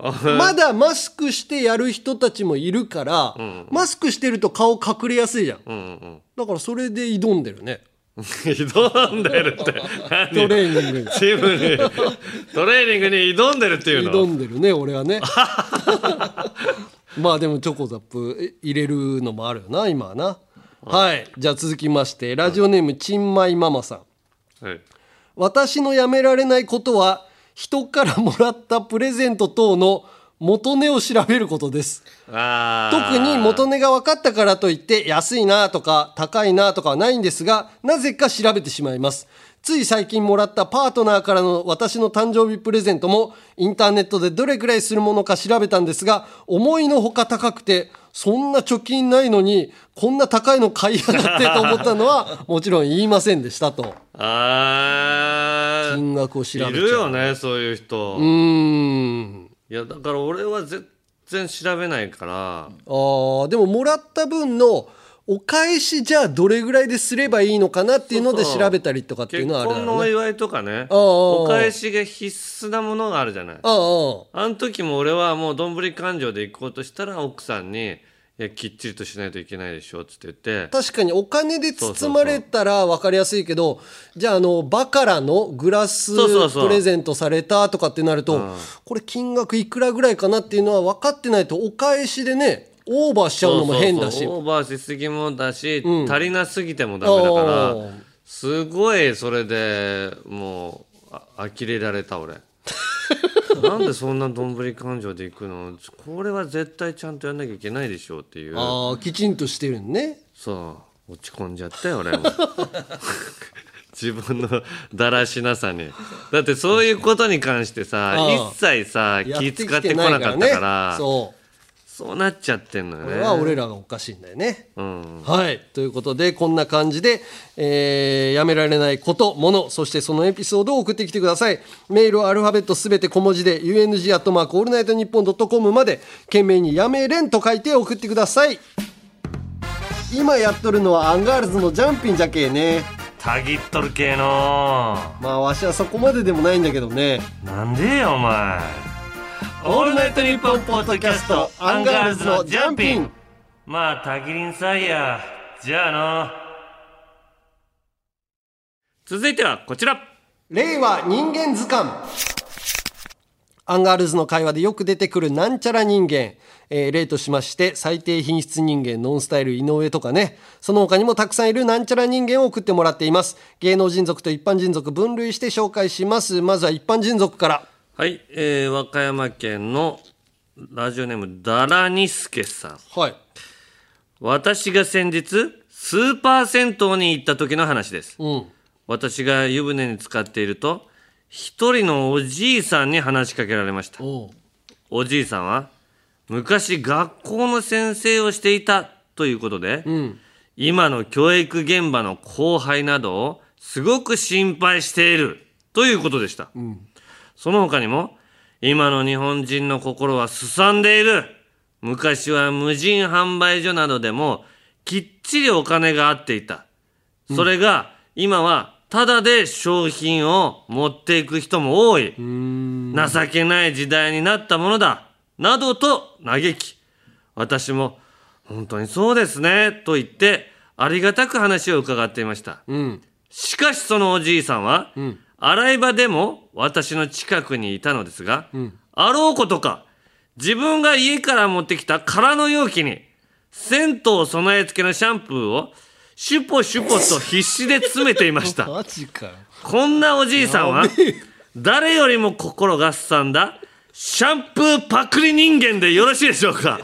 Speaker 3: まだマスクしてやる人たちもいるから、マスクしてると顔隠れやすいじゃん,、だからそれで挑んでる ね
Speaker 2: 挑んでるって 何
Speaker 3: トレーニングに
Speaker 2: ジムにトレーニングに挑んでるっていう
Speaker 3: 挑
Speaker 2: の
Speaker 3: んでるね俺はね まあでもチョコザップ入れるのもあるよな今はなはいじゃあ続きましてラジオネームちんまいママさん
Speaker 2: はい
Speaker 3: 私のやめられないことは人からもらったプレゼント等の元値を調べることです
Speaker 2: あー
Speaker 3: 特に元値が分かったからといって安いなとか高いなとかはないんですがなぜか調べてしまいますつい最近もらったパートナーからの私の誕生日プレゼントもインターネットでどれくらいするものか調べたんですが思いのほか高くてそんな貯金ないのにこんな高いの買いやがってと思ったのはもちろん言いませんでしたと
Speaker 2: あー
Speaker 3: 金額を調べちゃう
Speaker 2: いるよねそういう人
Speaker 3: うーん
Speaker 2: いやだから俺は全然調べないから
Speaker 3: あーでももらった分のお返しじゃあどれぐらいですればいいのかなっていうので
Speaker 2: そうそう
Speaker 3: 調べたりとかっていう
Speaker 2: 結
Speaker 3: のはあるだ
Speaker 2: 婚の
Speaker 3: ろう
Speaker 2: お
Speaker 3: ね
Speaker 2: 祝いとかね
Speaker 3: ああああ
Speaker 2: お返しが必須なものがあるじゃない
Speaker 3: ああ
Speaker 2: あの時も俺はもうどんぶり勘定で行こうとしたら奥さんに「いやきっちりとしないといけないでしょ」っつって言って
Speaker 3: 確かにお金で包まれたら分かりやすいけどじゃああのバカラのグラス
Speaker 2: そうそうそう
Speaker 3: プレゼントされたとかってなるとこれ金額いくらぐらいかなっていうのは分かってないとお返しでねオーバーしちゃうのも変だ
Speaker 2: そうそ
Speaker 3: し
Speaker 2: うそうオーバーしすぎもだし、
Speaker 3: ん
Speaker 2: 足りなすぎてもダメだから
Speaker 3: おー
Speaker 2: すごいそれでもうあ呆れられた 俺なんでそんなどんぶり勘定で行くのこれは絶対ちゃんとやんなきゃいけないでしょうっていう
Speaker 3: ああきちんとしてるんね
Speaker 2: そう落ち込んじゃったよ俺も 自分のだらしなさにだってそういうことに関してさ
Speaker 3: ああ
Speaker 2: 一切さ
Speaker 3: や
Speaker 2: 気
Speaker 3: て
Speaker 2: 使
Speaker 3: き
Speaker 2: ってこ
Speaker 3: い
Speaker 2: なかったから
Speaker 3: そう
Speaker 2: そうなっちゃってんのよ
Speaker 3: こ
Speaker 2: ね
Speaker 3: れは俺らがおかしいんだよね
Speaker 2: うん
Speaker 3: はい。ということで、こんな感じで、えーやめられないこと、もの、そしてそのエピソードを送ってきてください。メールはアルファベットすべて小文字で、UNG アットマークオールナイトニッポンドットコムまで、懸命にやめれんと書いて送ってください。今やっとるのはアンガールズのジャンピンじゃけえね。
Speaker 2: たぎっとる系の
Speaker 3: まあ、わしはそこまででもないんだけどね。
Speaker 2: なんでよお前オールナイトニッポンポッドキャストアンガールズのジャンピンまあたぎりんさいやじゃあの続いてはこちら
Speaker 3: 令和人間図鑑アンガールズの会話でよく出てくるなんちゃら人間、えー例としまして最低品質人間ノンスタイル井上とかねその他にもたくさんいるなんちゃら人間を送ってもらっています芸能人族と一般人族分類して紹介しますまずは一般人族から
Speaker 2: はい、えー和歌山県のラジオネームダラニスケさん
Speaker 3: はい
Speaker 2: 私が先日スーパー銭湯に行った時の話です、
Speaker 3: ん
Speaker 2: 私が湯船に浸かっていると一人のおじいさんに話しかけられました
Speaker 3: おう
Speaker 2: おじいさんは昔学校の先生をしていたということで、今の教育現場の後輩などをすごく心配しているということでした、その他にも今の日本人の心はすさんでいる昔は無人販売所などでもきっちりお金があっていたそれが今はただで商品を持っていく人も多い、情けない時代になったものだなどと嘆き私も本当にそうですねと言ってありがたく話を伺っていました、しかしそのおじいさんは、洗い場でも私の近くにいたのですが、あろうことか自分が家から持ってきた空の容器に銭湯備え付けのシャンプーをシュポシュポと必死で詰めていました
Speaker 3: マジかよ
Speaker 2: こんなおじいさんは誰よりも心がすさんだシャンプーパクリ人間でよろしいでしょうか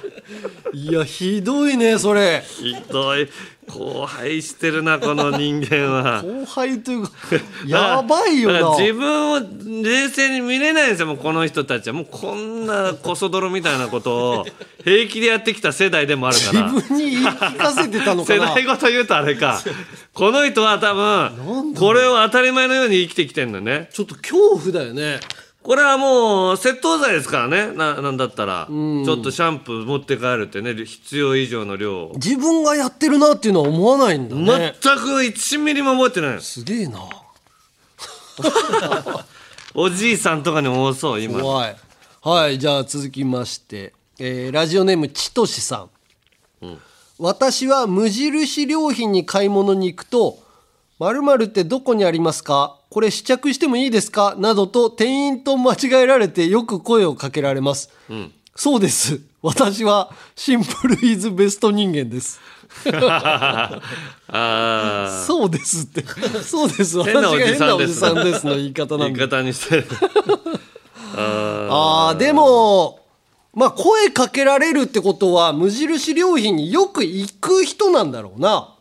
Speaker 3: いやひどいねそ れ
Speaker 2: ひどい後輩してるなこの人間は
Speaker 3: 後輩 というかやばいよ
Speaker 2: だから
Speaker 3: な
Speaker 2: 自分を冷静に見れないんですよもうこの人たちはもうこんなこそ泥みたいなこと を平気でやってきた世代でもあるから
Speaker 3: 自分に言い聞かせてたの か
Speaker 2: 世
Speaker 3: な
Speaker 2: 代ごと言うとあれ かこの人は多分これを当たり前のように生きてきてんだね
Speaker 3: ちょっと恐怖だよね
Speaker 2: これはもう窃盗罪ですからねななんだったらちょっとシャンプー持って帰るってね必要以上の量を、
Speaker 3: 自分がやってるなっていうのは思わないんだ
Speaker 2: 全
Speaker 3: ね
Speaker 2: く1ミリも覚えてないです
Speaker 3: すげえな
Speaker 2: おじいさんとかに多そう今
Speaker 3: 怖いはいじゃあ続きまして、えーラジオネームちとしさん、私は無印良品に買い物に行くと「まるってどこにありますかこれ試着してもいいですか?」などと店員と間違えられてよく声をかけられます、そうです。私はシンプルイズベスト人間です。
Speaker 2: ああ
Speaker 3: そうですって。そうです。私
Speaker 2: 変な
Speaker 3: が
Speaker 2: おじ
Speaker 3: 変
Speaker 2: さ
Speaker 3: なんお
Speaker 2: で
Speaker 3: じ
Speaker 2: す
Speaker 3: さんですの言い方な
Speaker 2: 言
Speaker 3: ん
Speaker 2: い
Speaker 3: で。
Speaker 2: 方にして
Speaker 3: ああ、でも、まあ声かけられるってことは無印良品によく行く人なんだろうな。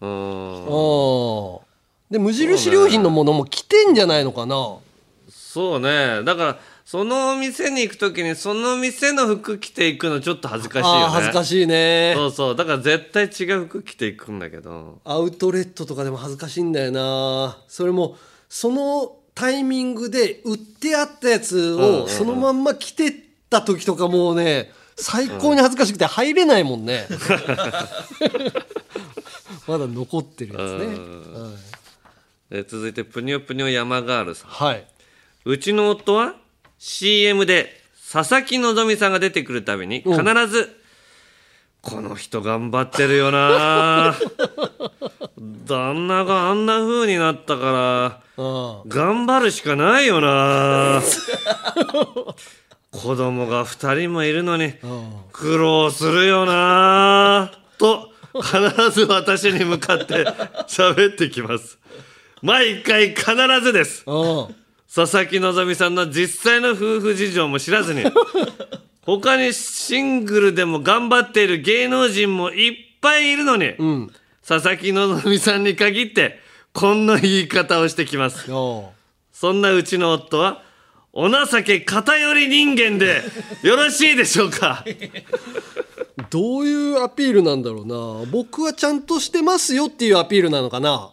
Speaker 2: うーん
Speaker 3: うん。で、無印良品のものも来てんじゃないのかな。
Speaker 2: そうねだからそのお店に行く時にその店の服着ていくのちょっと恥ずかしいよね
Speaker 3: ああ、恥ずかしいね。
Speaker 2: そうそうだから絶対違う服着ていくんだけど
Speaker 3: アウトレットとかでも恥ずかしいんだよなそれもそのタイミングで売ってあったやつ
Speaker 2: うんうんう
Speaker 3: を
Speaker 2: ん
Speaker 3: そのまんま着てった時とかもうね最高に恥ずかしくて入れないもん ねまだ残ってるやつねはい
Speaker 2: で続いてぷにょぷにょ山ガールさん
Speaker 3: はいう
Speaker 2: ちの夫は CM で佐々木希さんが出てくるたびに必ず、この人頑張ってるよな 旦那があんな風になったから
Speaker 3: うん
Speaker 2: 頑張るしかないよな子供が2人もいるのに苦労するよなと必ず私に向かって 喋ってきます毎回必ずです
Speaker 3: うん
Speaker 2: 佐々木希さんの実際の夫婦事情も知らずに他にシングルでも頑張っている芸能人もいっぱいいるのに、佐々木希さんに限ってこんな言い方をしてきます
Speaker 3: うん
Speaker 2: そんなうちの夫は、お情け偏り人間でよろしいでしょうか
Speaker 3: どういうアピールなんだろうな僕はちゃんとしてますよっていうアピールなのかな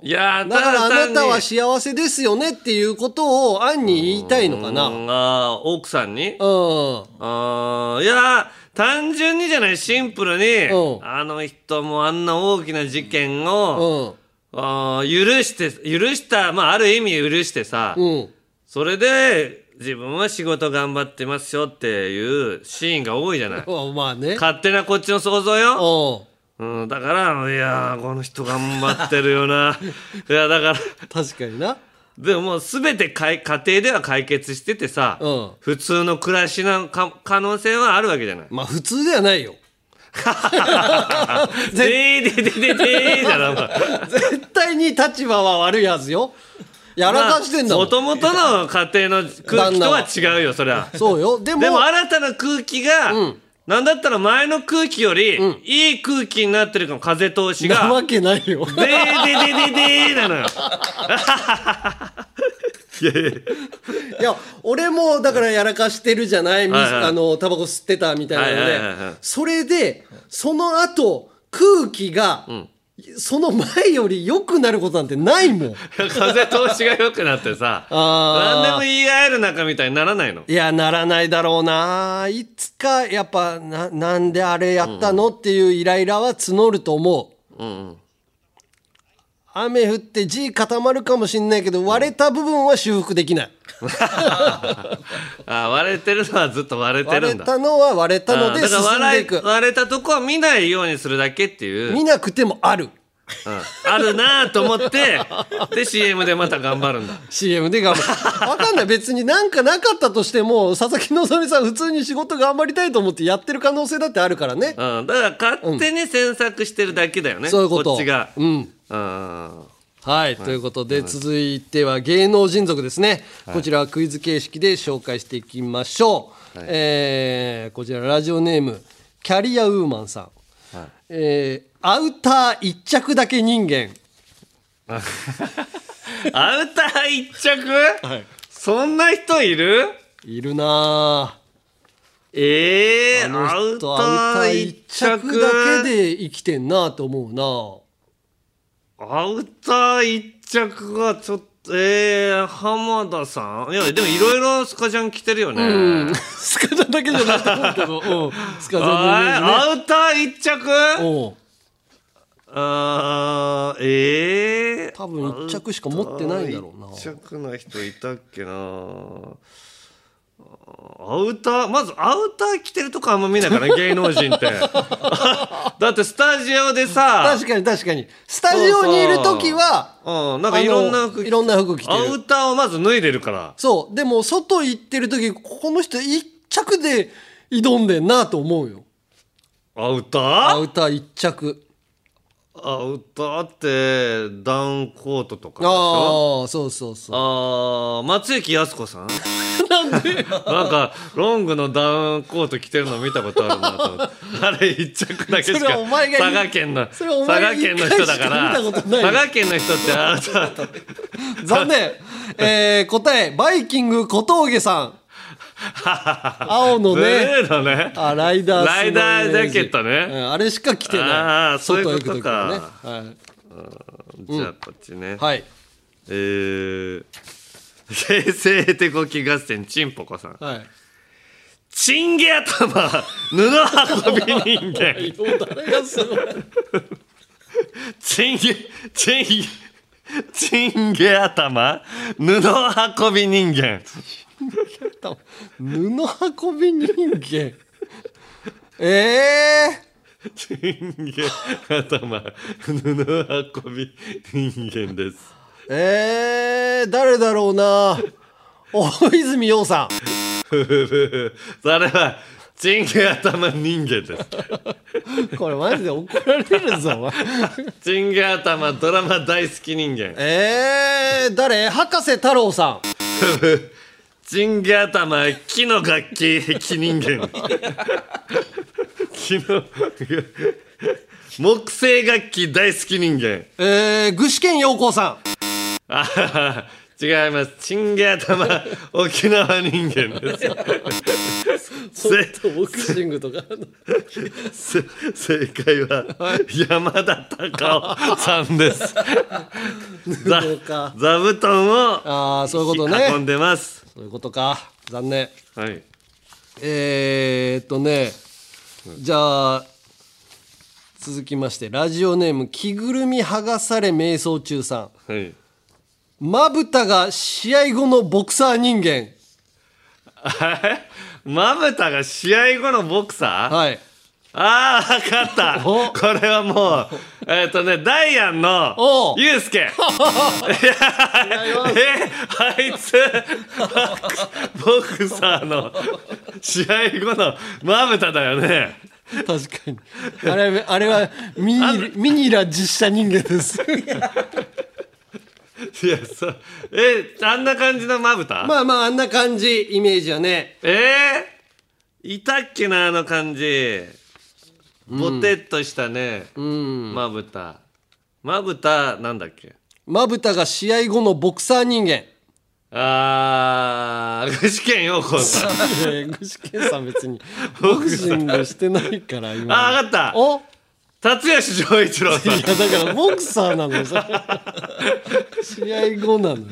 Speaker 3: い
Speaker 2: やー、
Speaker 3: だからあなたは
Speaker 2: 知
Speaker 3: 幸せですよねっていうことを暗に言いたいのかなうん
Speaker 2: あー奥さんに
Speaker 3: う
Speaker 2: あーいやー、単純にじゃない、シンプルに、
Speaker 3: うん
Speaker 2: あの人もあんな大きな事件を、
Speaker 3: ん
Speaker 2: あー許して、許した、まあ、ある意味許してさ、
Speaker 3: うん
Speaker 2: それで、自分は仕事頑張ってますよっていうシーンが多いじゃない。
Speaker 3: あまあね。
Speaker 2: 勝手なこっちの想像よ。
Speaker 3: うん。
Speaker 2: うん、だから、いやー、この人頑張ってるよ な。いや、だから、
Speaker 3: 確かにな。
Speaker 2: でももう全てかい家庭では解決しててさ、
Speaker 3: うん
Speaker 2: 普通の暮らしのか可能性はあるわけ じゃない。
Speaker 3: まあ普通ではないよ。
Speaker 2: でーででででーじゃないお前。
Speaker 3: 絶対に立場は悪いはずよ。やらかしてんだも
Speaker 2: も
Speaker 3: ん。
Speaker 2: ともとの家庭の空気とは違うよ、そりゃ。
Speaker 3: そうよ。でも、
Speaker 2: でも新たな空気が、
Speaker 3: うん
Speaker 2: なんだったら前の空気より、いい空気になってるかも、風通し
Speaker 3: な
Speaker 2: が
Speaker 3: わ。けない
Speaker 2: で
Speaker 3: よ。
Speaker 2: ーででででーなの よ。いやいや
Speaker 3: いや、俺もだからやらかしてるじゃない、み
Speaker 2: はいはい
Speaker 3: あの、タバコ吸ってたみたいなの
Speaker 2: はいはいはいはい
Speaker 3: で、それで、その後、空気が、その前より良くなることなんてないもん。
Speaker 2: 風通しが良くなってさ
Speaker 3: あー
Speaker 2: 何でも言い合える仲みたいにならないの
Speaker 3: いや、ならないだろうな。いつか、やっぱ、な、なんであれやったのっていうイライラは募ると思う。雨降って地固まるかもしんないけど、割れた部分は修復できない。
Speaker 2: あー割れてるのはずっと割れて
Speaker 3: 割
Speaker 2: る
Speaker 3: れ
Speaker 2: んだ
Speaker 3: たのは割れたの
Speaker 2: うん
Speaker 3: で
Speaker 2: だから
Speaker 3: 進んでいく
Speaker 2: 割。れ割れたとこは見ないようにするだけっていう、
Speaker 3: 見なくてもある。
Speaker 2: うんあるなぁと思 ってで CM でまた頑張るんだ
Speaker 3: CM で頑 張る。わかんない。別になんかなかったとしても、佐々木希さん普通に仕事頑張りたいと思ってやってる可能性だってあるからね。
Speaker 2: うん、だから勝手に詮索してるだけだよね、
Speaker 3: そういうこと。
Speaker 2: っちが、
Speaker 3: う
Speaker 2: うん
Speaker 3: ん。はい、ということで、続いては芸能人族ですね、こちらはクイズ形式で紹介していきましょう、えーこちらラジオネームキャリアウーマンさん、えーアウター一着だけ人間
Speaker 2: アウター一着、そんな人いる
Speaker 3: いるな
Speaker 2: ええ
Speaker 3: あ
Speaker 2: ー、
Speaker 3: の
Speaker 2: アウタ
Speaker 3: 人アウタ
Speaker 2: ー
Speaker 3: ー
Speaker 2: 一
Speaker 3: 一着
Speaker 2: 着
Speaker 3: だけで生きてんなと思うな
Speaker 2: アウター一着がちょっと、えー、浜田さんいや、でもいろいろスカジャン着てるよね。
Speaker 3: スカジャンだけじゃなくて思うけど、うん、ス カジャンのイメージね
Speaker 2: あーアウター一着
Speaker 3: おう
Speaker 2: あーえー、
Speaker 3: 多分一着しか持ってないんだろうな
Speaker 2: アウター一着な人いたっけなアウターまずアウター着てるとこあんま見 ないからね芸能人って だってスタジオでさ
Speaker 3: 確かに確かにスタジオにいる時は
Speaker 2: うん、なんかいろんな
Speaker 3: あの
Speaker 2: 服
Speaker 3: いろんな服着てる
Speaker 2: アウターをまず脱いでるから
Speaker 3: そう。でも、外行ってる時、ここの人一着で挑んでんなと思うよ
Speaker 2: あ
Speaker 3: ア
Speaker 2: 歌
Speaker 3: ウター一着
Speaker 2: あ歌ってダウンコートとかでしょ
Speaker 3: ああそうそうそう
Speaker 2: あー松雪泰子さん なんでなんかロングのダウンコート着てるの見たことあるなと思ってあれ一着だけし
Speaker 3: それ
Speaker 2: か
Speaker 3: はお前が
Speaker 2: 佐賀県の
Speaker 3: そ
Speaker 2: 佐
Speaker 3: れはお前が
Speaker 2: 賀
Speaker 3: 一回
Speaker 2: 県の人だから
Speaker 3: しか見たこ
Speaker 2: 佐
Speaker 3: とないよ
Speaker 2: 賀県の人ってあなた
Speaker 3: 残念、えー、答えバイキング小峠さん 青の
Speaker 2: ブ
Speaker 3: ね
Speaker 2: ルーのね
Speaker 3: あライダースの
Speaker 2: ライダージャケットね
Speaker 3: うんあれしか着てない
Speaker 2: あーそういうこと
Speaker 3: 外行く時はね
Speaker 2: じゃあこっちね、
Speaker 3: はい、はい
Speaker 2: えー、 平成手こき合戦ちんぽこさん
Speaker 3: はい。
Speaker 2: チンゲ頭布運び人間
Speaker 3: 誰がすごい。
Speaker 2: チンゲチンゲチンゲ頭布運び人間
Speaker 3: 布運び人間。ええ
Speaker 2: チンゲ頭布運び人間です
Speaker 3: ー、えー、誰だろうな。大泉洋さん。
Speaker 2: それはチンゲ頭人間です
Speaker 3: これマジで怒られるぞ。お前
Speaker 2: チンゲ頭ドラマ大好き人間
Speaker 3: えー、誰博士太郎さん。
Speaker 2: チンゲ頭木の楽器木人間木の木製楽器大好き人間
Speaker 3: えー、具志堅洋子さ
Speaker 2: あはは違いますチンゲ頭 沖縄人間ですせ
Speaker 3: ん。ボクシングとか。
Speaker 2: せ正解は山田隆夫さんですざ
Speaker 3: そうか
Speaker 2: 座布団を
Speaker 3: ああ、そういうこと
Speaker 2: 運ん
Speaker 3: ね。
Speaker 2: でます、
Speaker 3: そういうことか。残念。
Speaker 2: はい
Speaker 3: えー、っとね、じゃあ、続きまして、ラジオネーム、着ぐるみ剥がされ瞑想中さ
Speaker 2: はい
Speaker 3: ん。まぶたが試合後のボクサー人間。
Speaker 2: まぶたが試合後のボクサー、
Speaker 3: はい。
Speaker 2: ああ、わかった。
Speaker 3: お
Speaker 2: これはも う、えっ、とね、ダイアンの
Speaker 3: お、
Speaker 2: ユうス ケ。いやえ、あいつ、ボクサーの試合後のまぶただよね。
Speaker 3: 確かに。あれ、あれはミニ、ミニラ実写人間です。
Speaker 2: いや、そう、え、あんな感じのまぶた、
Speaker 3: まあまあ、あんな感じ、イメージはね。
Speaker 2: えー、いたっけな、あの感じ。ぼてっとしたね、まぶた。まぶた、なんだっけ
Speaker 3: まぶたが試合後のボクサー人間。
Speaker 2: あー、具志堅用子さん。
Speaker 3: いやいや具志堅さん別に、ボクシングしてないから、今。
Speaker 2: あ、わかった。
Speaker 3: お
Speaker 2: 辰吉丈一郎さ
Speaker 3: いやだからボクサーなのよそれ試合後なのよ
Speaker 2: ん。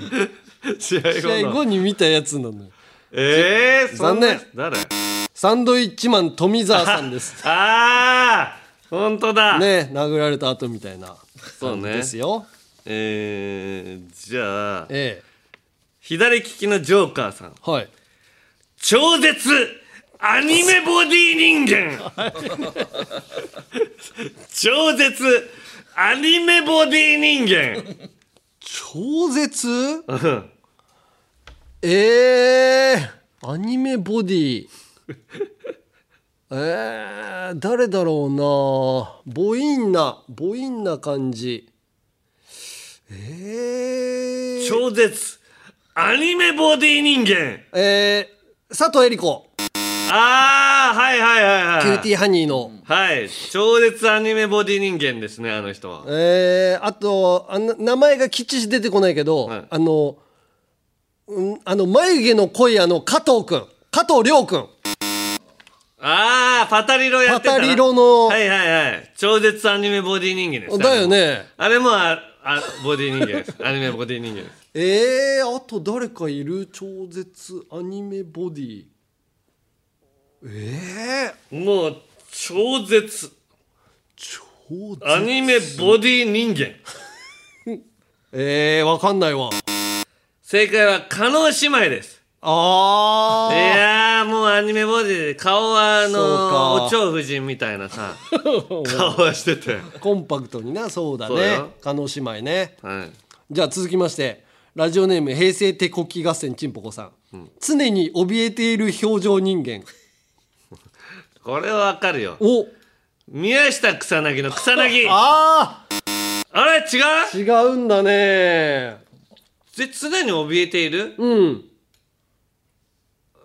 Speaker 2: 試合
Speaker 3: 試
Speaker 2: 後
Speaker 3: 合
Speaker 2: の
Speaker 3: 後。に見たやつなのよ
Speaker 2: ええー、そんな
Speaker 3: 残念
Speaker 2: 誰
Speaker 3: サンドイッチマン富澤さんです
Speaker 2: ああ本当だ。
Speaker 3: ね殴られた後みたいな
Speaker 2: そうね
Speaker 3: ですよ
Speaker 2: えー、じゃあ、
Speaker 3: え
Speaker 2: 左利きのジョーカーさん。
Speaker 3: えはい
Speaker 2: 超絶アニメボディ人間超絶アニメボディ人間
Speaker 3: 超絶ええアニメボディええ誰だろうな母音な母音な感じええ
Speaker 2: 超絶アニメボディ人間
Speaker 3: えー、佐藤恵理子
Speaker 2: ああはいはいはいはい
Speaker 3: キューティーハニーの、
Speaker 2: はい超絶アニメボディ人間ですねあの人は
Speaker 3: えー、あとあの名前がきっちり出てこないけど、
Speaker 2: はい
Speaker 3: あの、うん、あの眉毛の濃いあの加藤君加藤亮君
Speaker 2: ああパタリロやってたな
Speaker 3: パタリロの
Speaker 2: はいはいはい超絶アニメボディ人間です
Speaker 3: だよね
Speaker 2: あれもあれもああボディ人間ですアニメボディ人間です
Speaker 3: えー、あと誰かいる超絶アニメボディえー、
Speaker 2: もう超絶
Speaker 3: 超絶
Speaker 2: アニメボディ人間
Speaker 3: えー、わかんないわ
Speaker 2: 正解は加納姉妹です
Speaker 3: あ
Speaker 2: い
Speaker 3: ー
Speaker 2: やーもうアニメボディで顔はあのー、お
Speaker 3: そ
Speaker 2: 蝶
Speaker 3: う
Speaker 2: 夫人みたいなさ 顔はしてて
Speaker 3: コンパクトになそうだ
Speaker 2: そうだ
Speaker 3: ね
Speaker 2: よ
Speaker 3: 叶姉妹ね
Speaker 2: はい
Speaker 3: じゃあ続きましてラジオネーム平成手こき合戦ちんぽこさん、常に怯えている表情人間
Speaker 2: これはわかるよ
Speaker 3: お
Speaker 2: 宮下草薙の草薙あ
Speaker 3: あ
Speaker 2: れ違う
Speaker 3: ー違うんだね
Speaker 2: で常に怯えている
Speaker 3: うん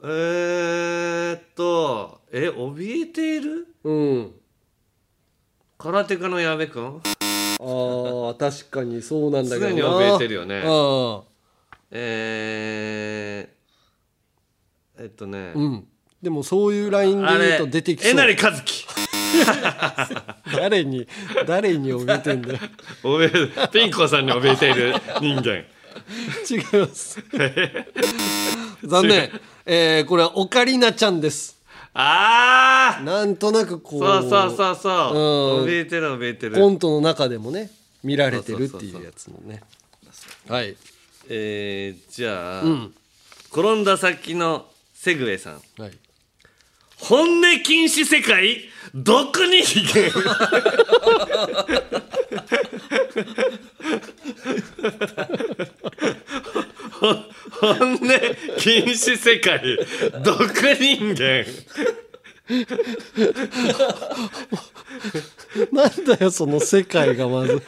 Speaker 2: えーっとえ怯えている
Speaker 3: うん
Speaker 2: 空手家の矢部君
Speaker 3: あー確かにそうなんだけどな
Speaker 2: 常に怯えてるよね
Speaker 3: あ
Speaker 2: えー、えっとね、
Speaker 3: ーうんでもそういうラインで
Speaker 2: あ
Speaker 3: 言う
Speaker 2: れ
Speaker 3: と出てきそう
Speaker 2: えなりかずき
Speaker 3: 誰に誰に怯え てんだよ
Speaker 2: 怯えピン子さんに怯えている人間
Speaker 3: 違います残念えー、これはオカリナちゃんです
Speaker 2: ああ
Speaker 3: なんとなくこう
Speaker 2: そうそうそうそう
Speaker 3: うん
Speaker 2: 怯えてる怯えて
Speaker 3: コ
Speaker 2: る
Speaker 3: ントの中でもね見られてるっていうやつのねはい
Speaker 2: えー、じゃあ、転んだ先のセグウェイさん
Speaker 3: はい
Speaker 2: 本音禁止世界毒にひげ 本音禁止世界毒人間
Speaker 3: なんだよその世界がまず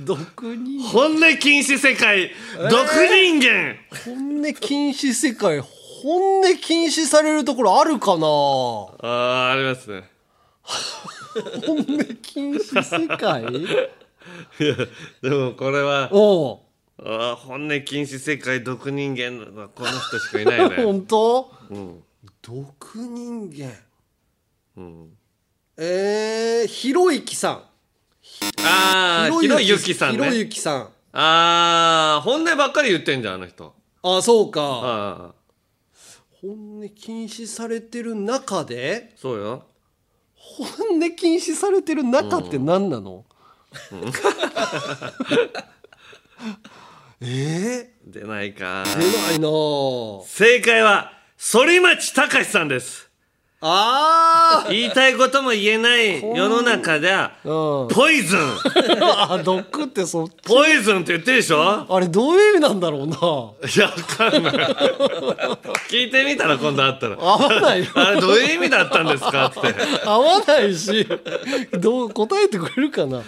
Speaker 3: 毒に
Speaker 2: 本音禁止世界毒人間
Speaker 3: 本音禁止世界本音禁止されるところあるかな本
Speaker 2: あーありますね
Speaker 3: 音禁止世 界
Speaker 2: いやでもこれは
Speaker 3: おう
Speaker 2: あー本音禁止世界毒人間はこの人しかいない ね
Speaker 3: 本当、毒人間、えー、ひろゆきさん
Speaker 2: ああひろゆきさん
Speaker 3: ひろ
Speaker 2: ね
Speaker 3: ゆきさん
Speaker 2: ああ本音ばっかり言ってんじゃんあの人
Speaker 3: あそうか
Speaker 2: ああ
Speaker 3: 本音禁止されてる中で
Speaker 2: そうよ
Speaker 3: 本音禁止されてる中って何なの、え
Speaker 2: 出ないか
Speaker 3: ー、出ないなぁ
Speaker 2: 正解は反町隆史さんです
Speaker 3: あ
Speaker 2: 言いたいことも言えない世の中では
Speaker 3: ー、うん、
Speaker 2: ポイズン
Speaker 3: あ毒ってそ
Speaker 2: ポイズンって言ってるでしょ
Speaker 3: あれどういう意味なんだろうない
Speaker 2: やわかんない聞いてみたら今度会ったら
Speaker 3: 合わないよ
Speaker 2: あれどういう意味だったんですかって
Speaker 3: 合わないしどう答えてくれるかな、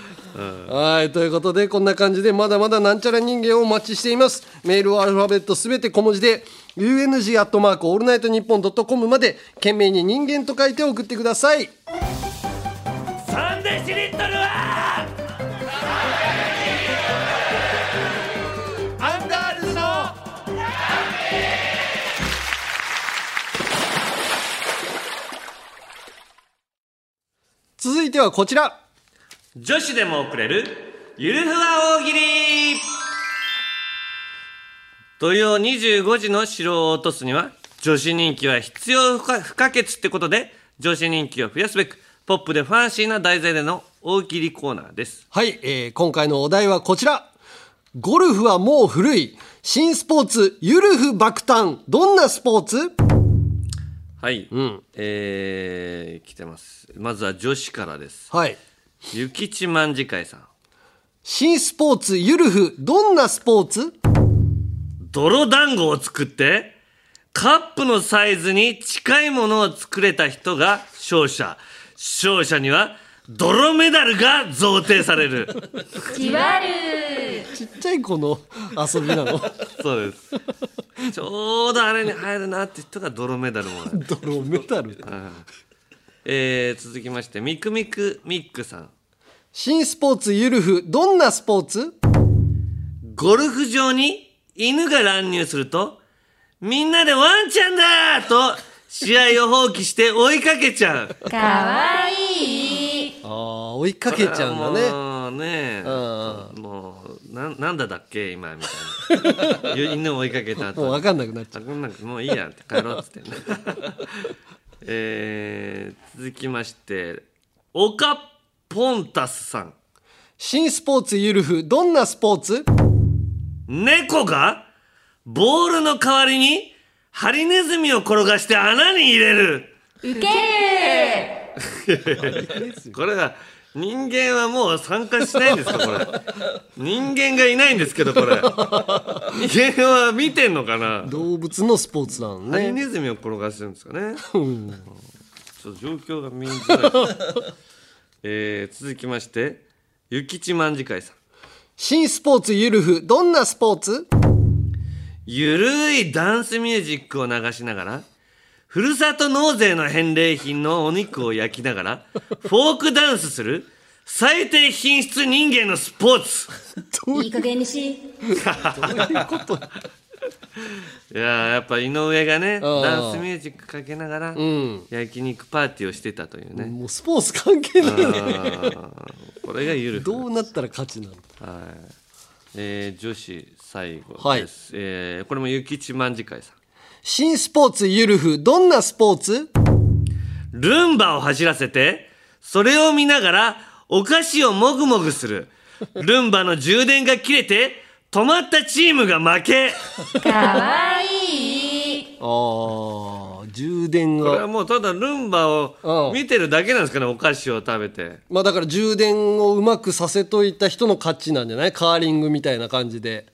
Speaker 3: はいということでこんな感じでまだまだなんちゃら人間をお待ちしていますメールはアルファベットすべて小文字で UNG アットマークオールナイトニッポンドットコムまで懸命に人間と書いて送ってください
Speaker 2: サンデシリットルはアンガールズの
Speaker 3: 続いてはこちら
Speaker 2: 女子でも送れるゆるふわ大喜利土曜25時の城を落とすには女子人気は必要不可不可欠ってことで女子人気を増やすべくポップでファンシーな題材での大喜利コーナーです
Speaker 3: はい、えー今回のお題はこちら。ゴルフはもう古い。新スポーツ、ゆるふ爆誕。どんなスポーツ
Speaker 2: はい、うん、えー、来てますまずは女子からです
Speaker 3: はい。
Speaker 2: ゆきちまんじかいさん
Speaker 3: 新スポーツ、ゆるふ、どんなスポーツ
Speaker 2: 泥団子を作って、カップのサイズに近いものを作れた人が勝者。勝者には、泥メダルが贈呈される。
Speaker 3: ちっちゃい子の遊びなの。
Speaker 2: そうです。ちょうどあれに入るなって人が泥メダルもらえる。
Speaker 3: 泥メタル。
Speaker 2: えー、続きまして、ミクミクミックさん。
Speaker 3: 新スポーツ、ゆるふ、どんなスポーツ
Speaker 2: ゴルフ場に犬が乱入すると、みんなでワンちゃんだーと、試合を放棄して追いかけちゃう。
Speaker 3: ああ、追いかけちゃうんだね。
Speaker 2: もうねもうななんだだっけ今みたいな 犬を追いかけた
Speaker 3: もう
Speaker 2: 後
Speaker 3: わかんなくなっちゃ
Speaker 2: あこんなんもういいやって帰ろうっつってね えー、続きまして岡ポンタスさん
Speaker 3: う。新スポーツ、ゆるふ、どんなスポーツ
Speaker 2: 猫がボールの代わりにハリネズミを転がして穴に入れるウケるこれは人間はもう参加しないんですかこれ人間がいないんですけどこれ人間は見てんのかな
Speaker 3: 動物のスポーツなの
Speaker 2: ハリ
Speaker 3: ね。
Speaker 2: ネズミを転がしてるんですかねちょっと状況が見えづらいですえー続きまして諭吉万次会さん
Speaker 3: 新スポーツゆるふどんなスポーツ
Speaker 2: ゆるいダンスミュージックを流しながらふるさと納税の返礼品のお肉を焼きながらフォークダンスする最低品質人間のスポーツ
Speaker 10: いい加減にし
Speaker 2: いやーやっぱ井上がねダンスミュージックかけながら焼肉パーティーをしてたというね、
Speaker 3: もうスポーツ関係ないよね
Speaker 2: これがゆるふ
Speaker 3: どうなったら勝ちなの
Speaker 2: えー女子最後です、
Speaker 3: はい
Speaker 2: えーこれも諭吉万次会さん
Speaker 3: 新スポーツゆるふどんなスポーツ
Speaker 2: ルンバを走らせてそれを見ながらお菓子をもぐもぐす るルンバの充電が切れて止まったチームが負け
Speaker 3: ああ充電
Speaker 2: これは
Speaker 3: が
Speaker 2: もうただルンバを見てるだけなんですかねお菓子を食べて
Speaker 3: まあだから充電をうまくさせといた人の勝ちなんじゃないカーリングみたいな感じで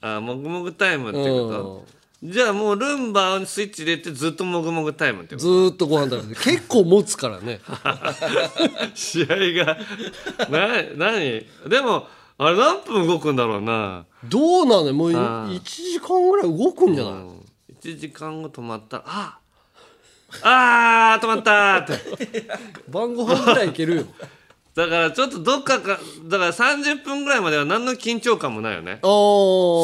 Speaker 2: あもぐもぐタイムってこと、じゃあもうルンバをスイッチ入れてずっともぐもぐタイムってこ
Speaker 3: ず
Speaker 2: と
Speaker 3: ーっとご飯食べて結構持つからね
Speaker 2: 試合がな何でもあれ何分動くんだろうな
Speaker 3: どうなのよもう
Speaker 2: あー
Speaker 3: 1時間ぐらい動くんじゃない、
Speaker 2: 1時間後止まったらああー止まったって
Speaker 3: 晩ご飯ぐらいいけ るよ
Speaker 2: だからちょっとどっかかだから30分ぐらいまでは何の緊張感もないよね
Speaker 3: あー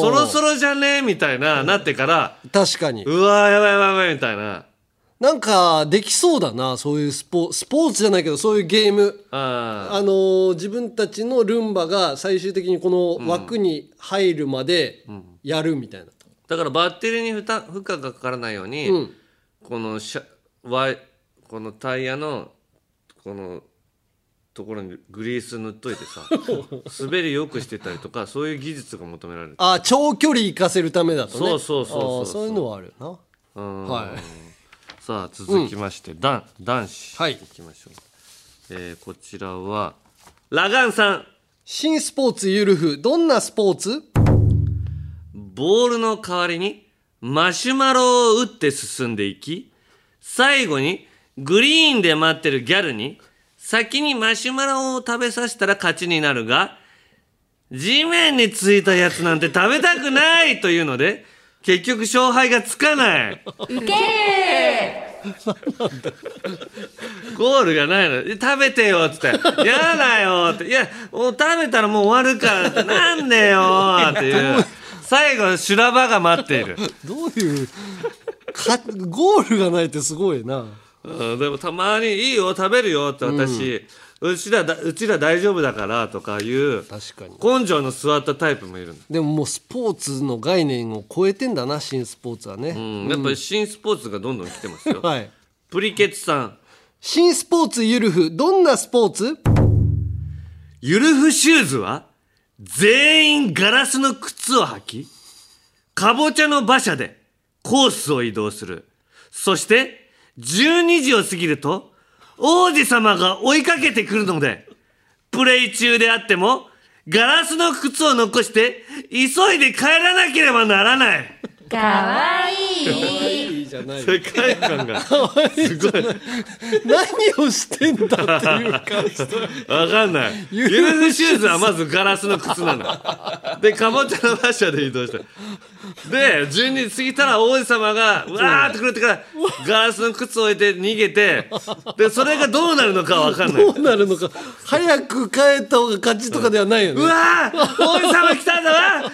Speaker 2: そろそろじゃねえみたいななってから
Speaker 3: 確かに
Speaker 2: うわーやばいやばいやばいみたいな
Speaker 3: なんかできそうだなそういうスポスポーツじゃないけどそういうゲーム
Speaker 2: あ
Speaker 3: あのー自分たちのルンバが最終的にこの枠に入るまでやるみたいな、
Speaker 2: ーだからバッテリーに負担負荷がかからないように、
Speaker 3: うん
Speaker 2: このシャワイこのタイヤのこのところにグリース塗っといて さ滑りよくしてたりとかそういう技術が求められる、
Speaker 3: あ長距離行かせるためだとね
Speaker 2: そうそうそうそう
Speaker 3: あーそういうのはあるよ
Speaker 2: うん
Speaker 3: なはい
Speaker 2: さあ続きまして、だん、男子、
Speaker 3: はい
Speaker 2: 行きましょう、えーこちらはラガンさん
Speaker 3: 新スポーツゆるふどんなスポーツ
Speaker 2: ボールの代わりにマシュマロを打って進んでいき最後にグリーンで待ってるギャルに先にマシュマロを食べさせたら勝ちになるが地面についたやつなんて食べたくないというので結局勝敗がつかないゴールがないの。食べてよっつって。やだよって。いや、もう食べたらもう終わるからって。なんでよっていう。最後、修羅場が待っている。
Speaker 3: どういうかゴールがないってすごいな
Speaker 2: うんでもたまに、いいよ、食べるよって私、うちらだ、うちら大丈夫だからとかいう、
Speaker 3: 確かに
Speaker 2: 根性の座ったタイプもいるの。
Speaker 3: でももうスポーツの概念を超えてんだな新スポーツはね、
Speaker 2: うん、やっぱり新スポーツがどんどん来てます よ。
Speaker 3: はい
Speaker 2: プリケツさん、
Speaker 3: 新スポーツゆるふどんなスポーツ
Speaker 2: ゆるふシューズは全員ガラスの靴を履き、かぼちゃの馬車でコースを移動する。そして、12時を過ぎると、王子様が追いかけてくるので、プレイ中であっても、ガラスの靴を残して、急いで帰らなければならない。
Speaker 3: いいじゃない
Speaker 2: 世界観が、すごい。
Speaker 3: 何をしてんだっていう感じ
Speaker 2: わかん ない。ゆるふシューズはまずガラスの靴なの。で、かぼちゃの馬車で移動した。で、12時過ぎたら王子様が、うわーってくれてから、ガラスの靴を置いて逃げて、で、それがどうなるのかわかんない。
Speaker 3: どうなるのか早く帰った方が勝ちとかではないよね
Speaker 2: うわー王子様来たんだわうわ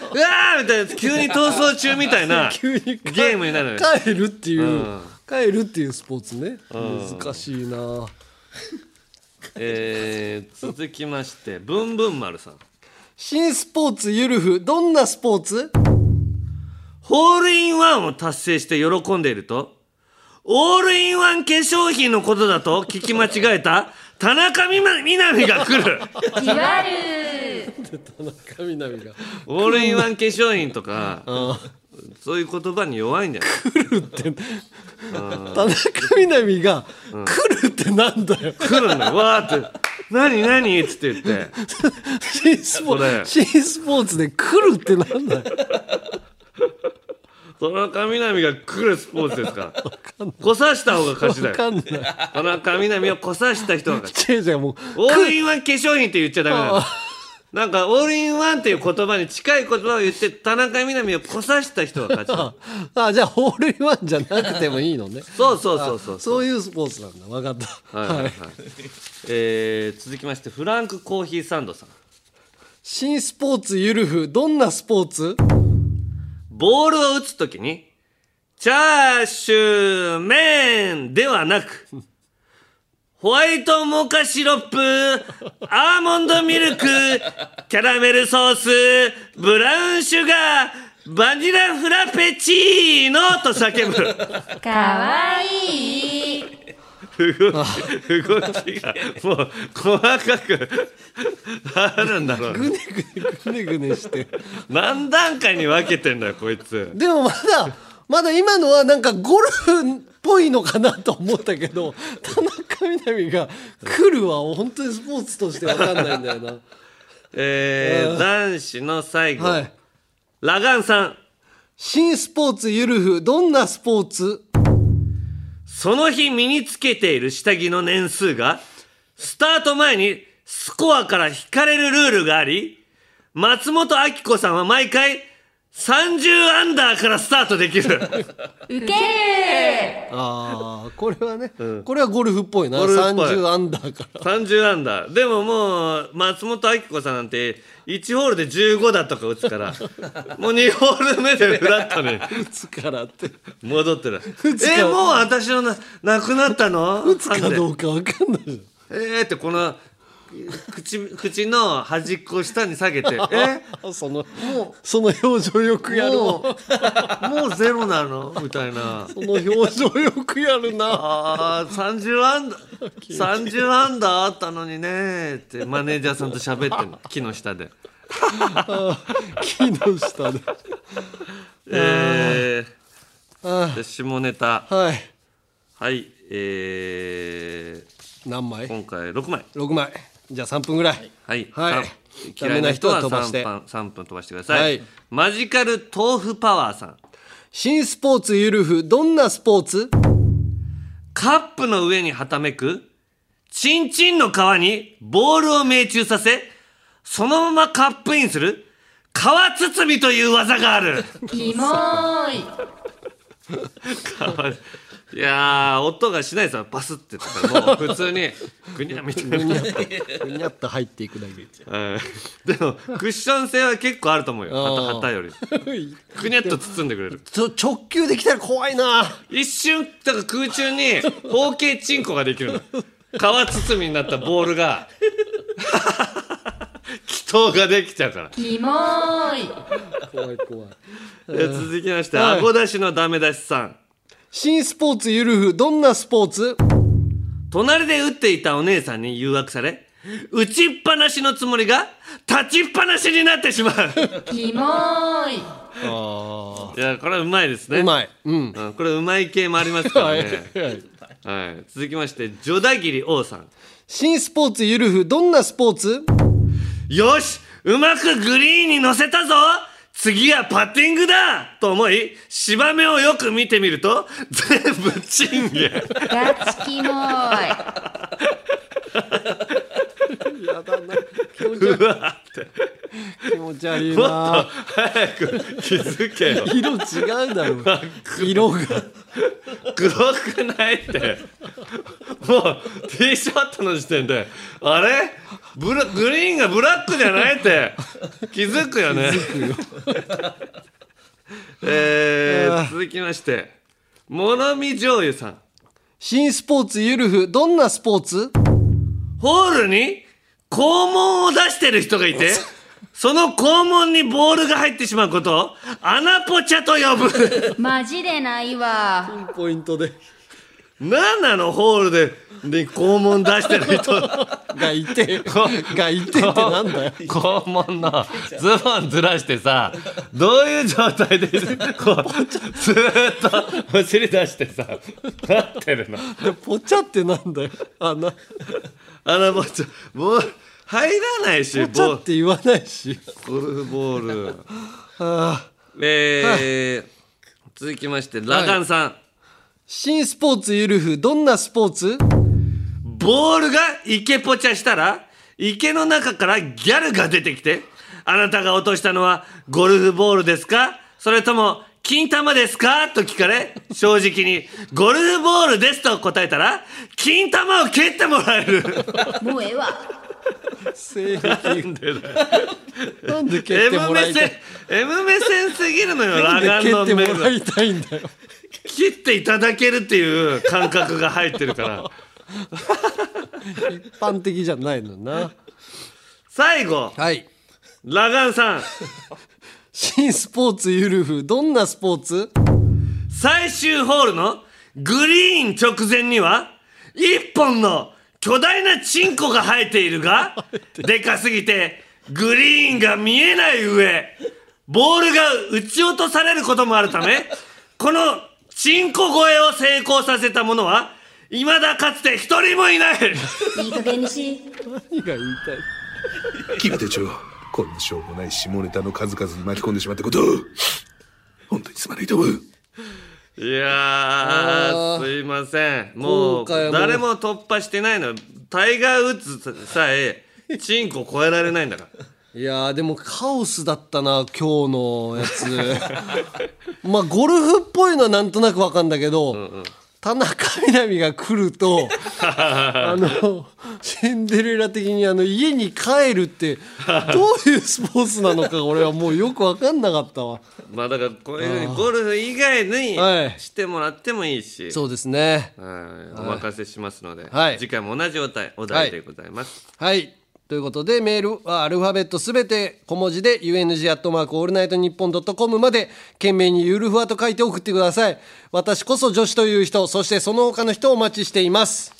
Speaker 2: ーみたいな、急に逃走中みたいな、
Speaker 3: 急に帰
Speaker 2: ゲームになるね
Speaker 3: 帰るっていう、帰るっていうスポーツね、難しいな
Speaker 2: えー、続きまして、ぶんぶん丸さん。
Speaker 3: 新スポーツゆるふどんなスポーツ
Speaker 2: ホールインワンを達成して喜んでいると、オールインワン化粧品のことだと 聞き間違えた田中みなみなみが来 る。
Speaker 3: 田中みな実が
Speaker 2: オールインワン化粧品とか、そういう言葉に弱いんじゃない
Speaker 3: 田中みな実が来るってなんだよ、
Speaker 2: 来るんだよ。 わーって、何何っつって言って。
Speaker 3: 新スポ
Speaker 2: これ
Speaker 3: 新スポーツで来るってなんだよ
Speaker 2: 田中みな実が来るスポーツですかこさした方が勝ちだよ
Speaker 3: わかんない
Speaker 2: 田中みな実をこさした人が勝ち
Speaker 3: 違う違うもう
Speaker 2: オールインワン化粧品って言っちゃダメなのなんかオールインワンっていう言葉に近い言葉を言って田中みな実をこさした人が勝ちだ
Speaker 3: ああじゃあホールインワンじゃなくてもいいのね
Speaker 2: そうそうそうそう
Speaker 3: あそういうスポーツなんだ分かった、
Speaker 2: はい
Speaker 3: は
Speaker 2: はい
Speaker 3: い
Speaker 2: はいえー続きましてフランクコーヒーサンドさん
Speaker 3: 新スポーツゆるふどんなスポーツ
Speaker 2: ボールを打つときに、チャーシュー麺ではなく、ホワイトモカシロップ、アーモンドミルク、キャラメルソース、ブラウンシュガー、バニラフラペチーノと叫ぶ。
Speaker 10: かわいい
Speaker 2: 動きがもう細かくあるんだろうね。
Speaker 3: ぐねぐねして
Speaker 2: 何段階に分けてんだよ、こいつ。
Speaker 3: でもまだまだ今のはなんかゴルフっぽいのかなと思ったけど田中みな実が来るは本当にスポーツとして分かんないんだよな
Speaker 2: えー、男子の最後、
Speaker 3: はい
Speaker 2: ラガンさん。
Speaker 3: 新スポーツゆるふどんなスポーツ
Speaker 2: その日身につけている下着の年数が、スタート前にスコアから引かれるルールがあり、松本明子さんは毎回30アンダーからスタートでき る。
Speaker 10: ウケる
Speaker 3: ああこれはね、これはゴルフっぽいな
Speaker 2: ゴルフっぽい
Speaker 3: 30アンダーから
Speaker 2: 30アンダー。でももう、松本明子さんなんて、1ホールで15だとか打つから、もう2ホール目でフラットに
Speaker 3: 打つからって
Speaker 2: 戻ってる。
Speaker 3: つか
Speaker 2: え、もう私のな、なくなったの
Speaker 3: 打つかどうか分かんないじゃん
Speaker 2: えーってこの口口の端っこを下に下げてえ
Speaker 3: あそのその表情よくやるわ
Speaker 2: もうもうゼロなのみたい な
Speaker 3: その表情よくやるな
Speaker 2: あー30ア ンダー30アンダーあったのにねってマネージャーさんと喋ってん の木の下で
Speaker 3: 木の下で
Speaker 2: えー、
Speaker 3: あ
Speaker 2: で下ネタ
Speaker 3: ー はい
Speaker 2: はいえー、
Speaker 3: 何枚
Speaker 2: 今回6枚
Speaker 3: 6枚じゃあ3分ぐらい
Speaker 2: はい、
Speaker 3: はい
Speaker 2: さん嫌いな人は
Speaker 3: ダメな人は飛ばし
Speaker 2: 3
Speaker 3: て
Speaker 2: 分 ,3 分飛ばしてください、
Speaker 3: はい
Speaker 2: マジカル豆腐パワーさん
Speaker 3: 新スポーツゆるふどんなスポーツ
Speaker 2: カップの上にはためく、チンチンの皮にボールを命中させ、そのままカップインする、皮包みという技がある。
Speaker 10: キモーい
Speaker 2: いやー、音がしないですよ。バスって言ったから、もう普通に、グニャみたいな。
Speaker 3: ふにゃっと入っていくだけ
Speaker 2: はいでも、クッション性は結構あると思うよ。
Speaker 3: あー
Speaker 2: 旗旗より。グニャっと包んでくれる。
Speaker 3: ちょ直球できたら怖いな
Speaker 2: 一瞬、だから空中に方形チンコができるの。皮包みになったボールが、 気筒ができちゃうから。
Speaker 10: キモーい
Speaker 3: 怖い怖い
Speaker 2: え続きまして、
Speaker 3: はい
Speaker 2: 顎出しのダメ出しさん。
Speaker 3: 新スポーツゆるふどんなスポーツ
Speaker 2: 隣で打っていたお姉さんに誘惑され、打ちっぱなしのつもりが、立ちっぱなしになってしまう。
Speaker 10: キモーい
Speaker 2: いや、これはうまいですね。
Speaker 3: うまいうん
Speaker 2: うんこれうまい系もありますから
Speaker 3: はい
Speaker 2: ね。はい。続きまして、ジョダギリ王さん。
Speaker 3: 新スポーツゆるふどんなスポーツ
Speaker 2: よしうまくグリーンに乗せたぞ次はパッティングだと思い、芝目をよく見てみると、全部チンゲ。
Speaker 10: ガチキモー
Speaker 2: うわ
Speaker 3: 気持ち悪 い
Speaker 2: もっと
Speaker 3: な
Speaker 2: 早く気づけよ。
Speaker 3: 色違うだ ろ色が
Speaker 2: 黒くないってもうティーショットの時点であれブラグリーンがブラックじゃないって気づくよねえー続きましてもろみ醤油さん
Speaker 3: 新スポーツゆるふどんなスポーツ
Speaker 2: ホールに肛門を出してる人がいてその肛門にボールが入ってしまうことを穴ポチャと呼ぶ
Speaker 10: いマジでないわ
Speaker 3: ポイントで
Speaker 2: 何なのホールでに肛門出してる人
Speaker 3: がいてがいてってなんだよ
Speaker 2: 肛門のズボンずらしてさどういう状態でこうずーっとお尻出してさなってるの
Speaker 3: でポチャってなんだよ穴ポ
Speaker 2: あのもうちょボール入らないしボ
Speaker 3: チャ
Speaker 2: ー
Speaker 3: って言わないし
Speaker 2: ルゴルフボール
Speaker 3: あ
Speaker 2: えー続きましてラガンさん、
Speaker 3: 新スポーツゆるふどんなスポーツ
Speaker 2: ボールが池ポチャしたら池の中からギャルが出てきてあなたが落としたのはゴルフボールですかそれとも金玉ですかと聞かれ正直にゴルフボールですと答えたら金玉を蹴ってもらえる
Speaker 10: もうええわ
Speaker 3: 性癖なん
Speaker 2: でだ
Speaker 3: なんで蹴って
Speaker 2: M
Speaker 3: もら
Speaker 2: 目
Speaker 3: いたい
Speaker 2: 線 M 目線すぎるのよ
Speaker 3: な
Speaker 2: ラガ
Speaker 3: んで
Speaker 2: ン
Speaker 3: 蹴っ
Speaker 2: の
Speaker 3: て
Speaker 2: 目
Speaker 3: もら
Speaker 2: が
Speaker 3: いたいんだよ
Speaker 2: 切っていただけるっていう感覚が入ってるから
Speaker 3: 一般的じゃないのな
Speaker 2: 最後
Speaker 3: はい
Speaker 2: ラガンさん
Speaker 3: 新スポーツゆるふどんなスポーツ
Speaker 2: 最終ホールのグリーン直前には一本の巨大なチンコが生えているがでかすぎてグリーンが見えない上ボールが打ち落とされることもあるた めこのチンコ越えを成功させた者は未だかつて一人もいない
Speaker 10: いい加減にし
Speaker 3: 何が言いたい
Speaker 11: 君たちをこんなしょうもない下ネタの数々に巻き込んでしまったこと本当にすまないと思う
Speaker 2: いやーすいませんもう
Speaker 3: 今回も
Speaker 2: 誰も突破してないのタイガー・ウッズさえチンコ越えられないんだから
Speaker 3: いやーでもカオスだったな今日のやつ まあゴルフっぽいのはなんとなくわかんだけど、田中みな実が来る とあのシンデレラ的にあの家に帰るってどういうスポーツなのか俺はもうよくわかんなかったわ
Speaker 2: まあだからこういうふうにゴルフ以外に
Speaker 3: はい
Speaker 2: してもらってもいいし、
Speaker 3: そうですね
Speaker 2: はいお任せしますので、
Speaker 3: はい
Speaker 2: 次回も同じお題お
Speaker 3: は
Speaker 2: 題
Speaker 3: い
Speaker 2: でございます。
Speaker 3: はい。ということで、メールはアルファベットすべて小文字で、UNG アットマークオールナイトニッポンドットコムまで、懸命にゆるふわと書いて送ってください。私こそ女子という人、そしてその他の人をお待ちしています。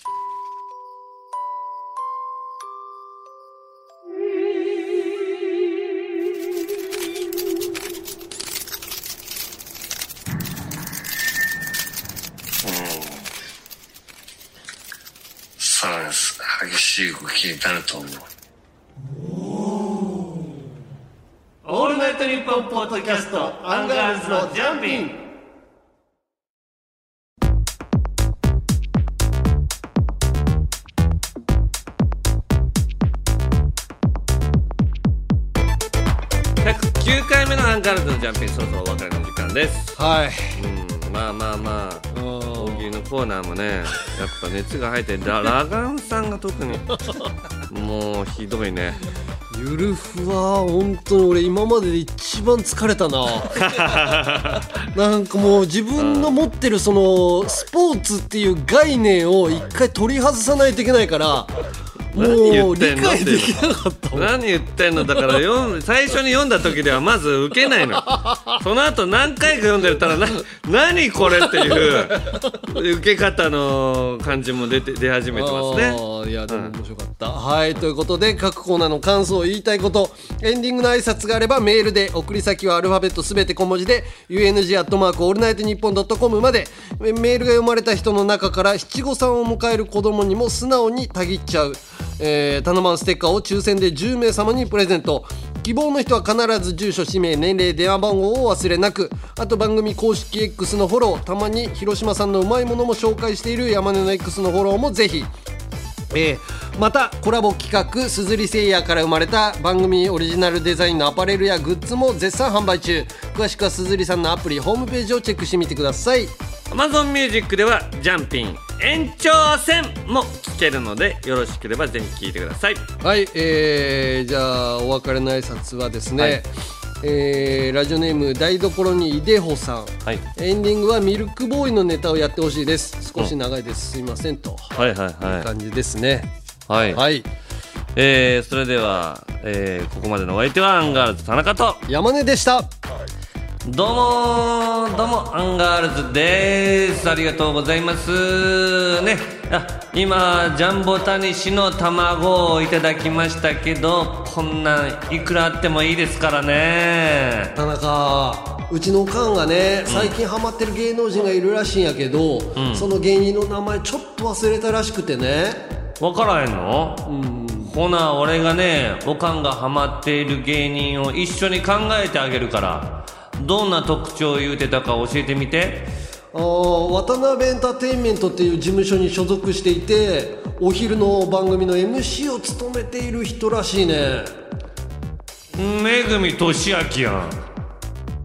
Speaker 12: そうなんです激しい動きになると思う
Speaker 2: オールナイトニッポンポッドキャストアンガールズのジャンピン。109回目のアンガールズのジャンピン、そろそろお別れの時間です。
Speaker 3: はい。
Speaker 2: うんまあまあまあ大喜利のコーナーもねやっぱ熱が入ってララガンさんが特 にもうひどいね
Speaker 3: ゆるふわ、本当に俺今までで一番疲れたな。 なんかもう自分の持ってるその、スポーツっていう概念を一回取り外さないといけないから、
Speaker 2: 何言
Speaker 3: も
Speaker 2: っ
Speaker 3: う
Speaker 2: て
Speaker 3: 理
Speaker 2: んの
Speaker 3: 解できなかった。
Speaker 2: 何言ってんのだから 読ん最初に読んだ時ではまず受け ないのその後何回か読んでたらな何これって いう受け方の感じも出て出始めてます
Speaker 3: あ
Speaker 2: ね
Speaker 3: ーいやでも面白かった、はいということで各コーナーの感想を言いたいことエンディングの挨拶があればメールで送り先はアルファベットすべて小文字で UNG アットマークオールナイトニッポンドットコムまでメメールが読まれた人の中から七五三を迎える子供にも素直にたぎっちゃう、えー、タナマンステッカーを抽選で10名様にプレゼント希望の人は必ず住所氏名年齢電話番号を忘れなくあと番組公式 X のフォローたまに広島産のうまいものも紹介している山根の X のフォローもぜひえーまたコラボ企画「すずりせいや」から生まれた番組オリジナルデザインのアパレルやグッズも絶賛販売中詳しくはすずりさんのアプリホームページをチェックしてみてください
Speaker 2: Amazon Music では「ジャンピン延長戦」も聴けるのでよろしければぜひ聴いてください
Speaker 3: はいえーじゃあお別れの挨拶はですね、
Speaker 2: はい
Speaker 3: えーラジオネーム台所にいでほさん
Speaker 2: はい
Speaker 3: エンディングはミルクボーイのネタをやってほしいです少し長いですすいませんと
Speaker 2: はいはいはい
Speaker 3: 感じですね
Speaker 2: はい、
Speaker 3: はい
Speaker 2: えーそれでは、えーここまでのお相手はアンガールズ田中と
Speaker 3: 山根でした
Speaker 2: どうもどうもアンガールズですありがとうございますねあ今ジャンボタニシの卵をいただきましたけどこんなんいくらあってもいいですからね
Speaker 3: 田中うちのおかんがね最近ハマってる芸能人がいるらしいんやけど、その芸人の名前ちょっと忘れたらしくてね
Speaker 2: わからへんの、ほな俺がねおかんがハマっている芸人を一緒に考えてあげるからどんな特徴を言うてたか教えてみて
Speaker 3: あー渡辺エンターテインメントっていう事務所に所属していてお昼の番組の MC を務めている人らしいね
Speaker 2: めぐみとしあきやん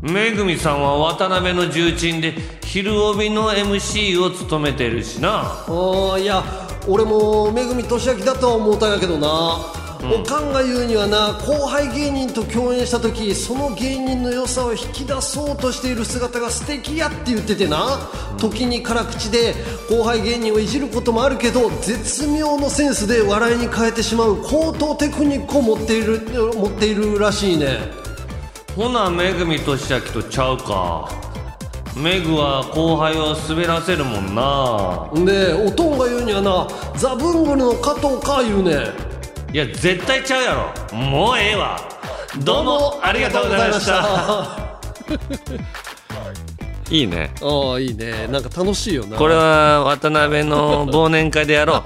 Speaker 2: めぐみさんは渡辺の重鎮で昼帯の MC を務めてるしな
Speaker 3: ああいや俺もめぐみとしあきだとは思ったんやけどな、おかんが言うにはな後輩芸人と共演した時その芸人の良さを引き出そうとしている姿が素敵やって言っててな、時に辛口で後輩芸人をいじることもあるけど絶妙のセンスで笑いに変えてしまう高等テクニックを持っている持っているらしいね
Speaker 2: ほなめぐみとしあきとちゃうかめぐは後輩を滑らせるもんな
Speaker 3: でおとんが言うにはなザブングルの加藤か言うね
Speaker 2: いや絶対ちゃうやろもうええわどうもありがとうございましたいいね
Speaker 3: ああいいねなんか楽しいよな
Speaker 2: これは渡辺の忘年会でやろう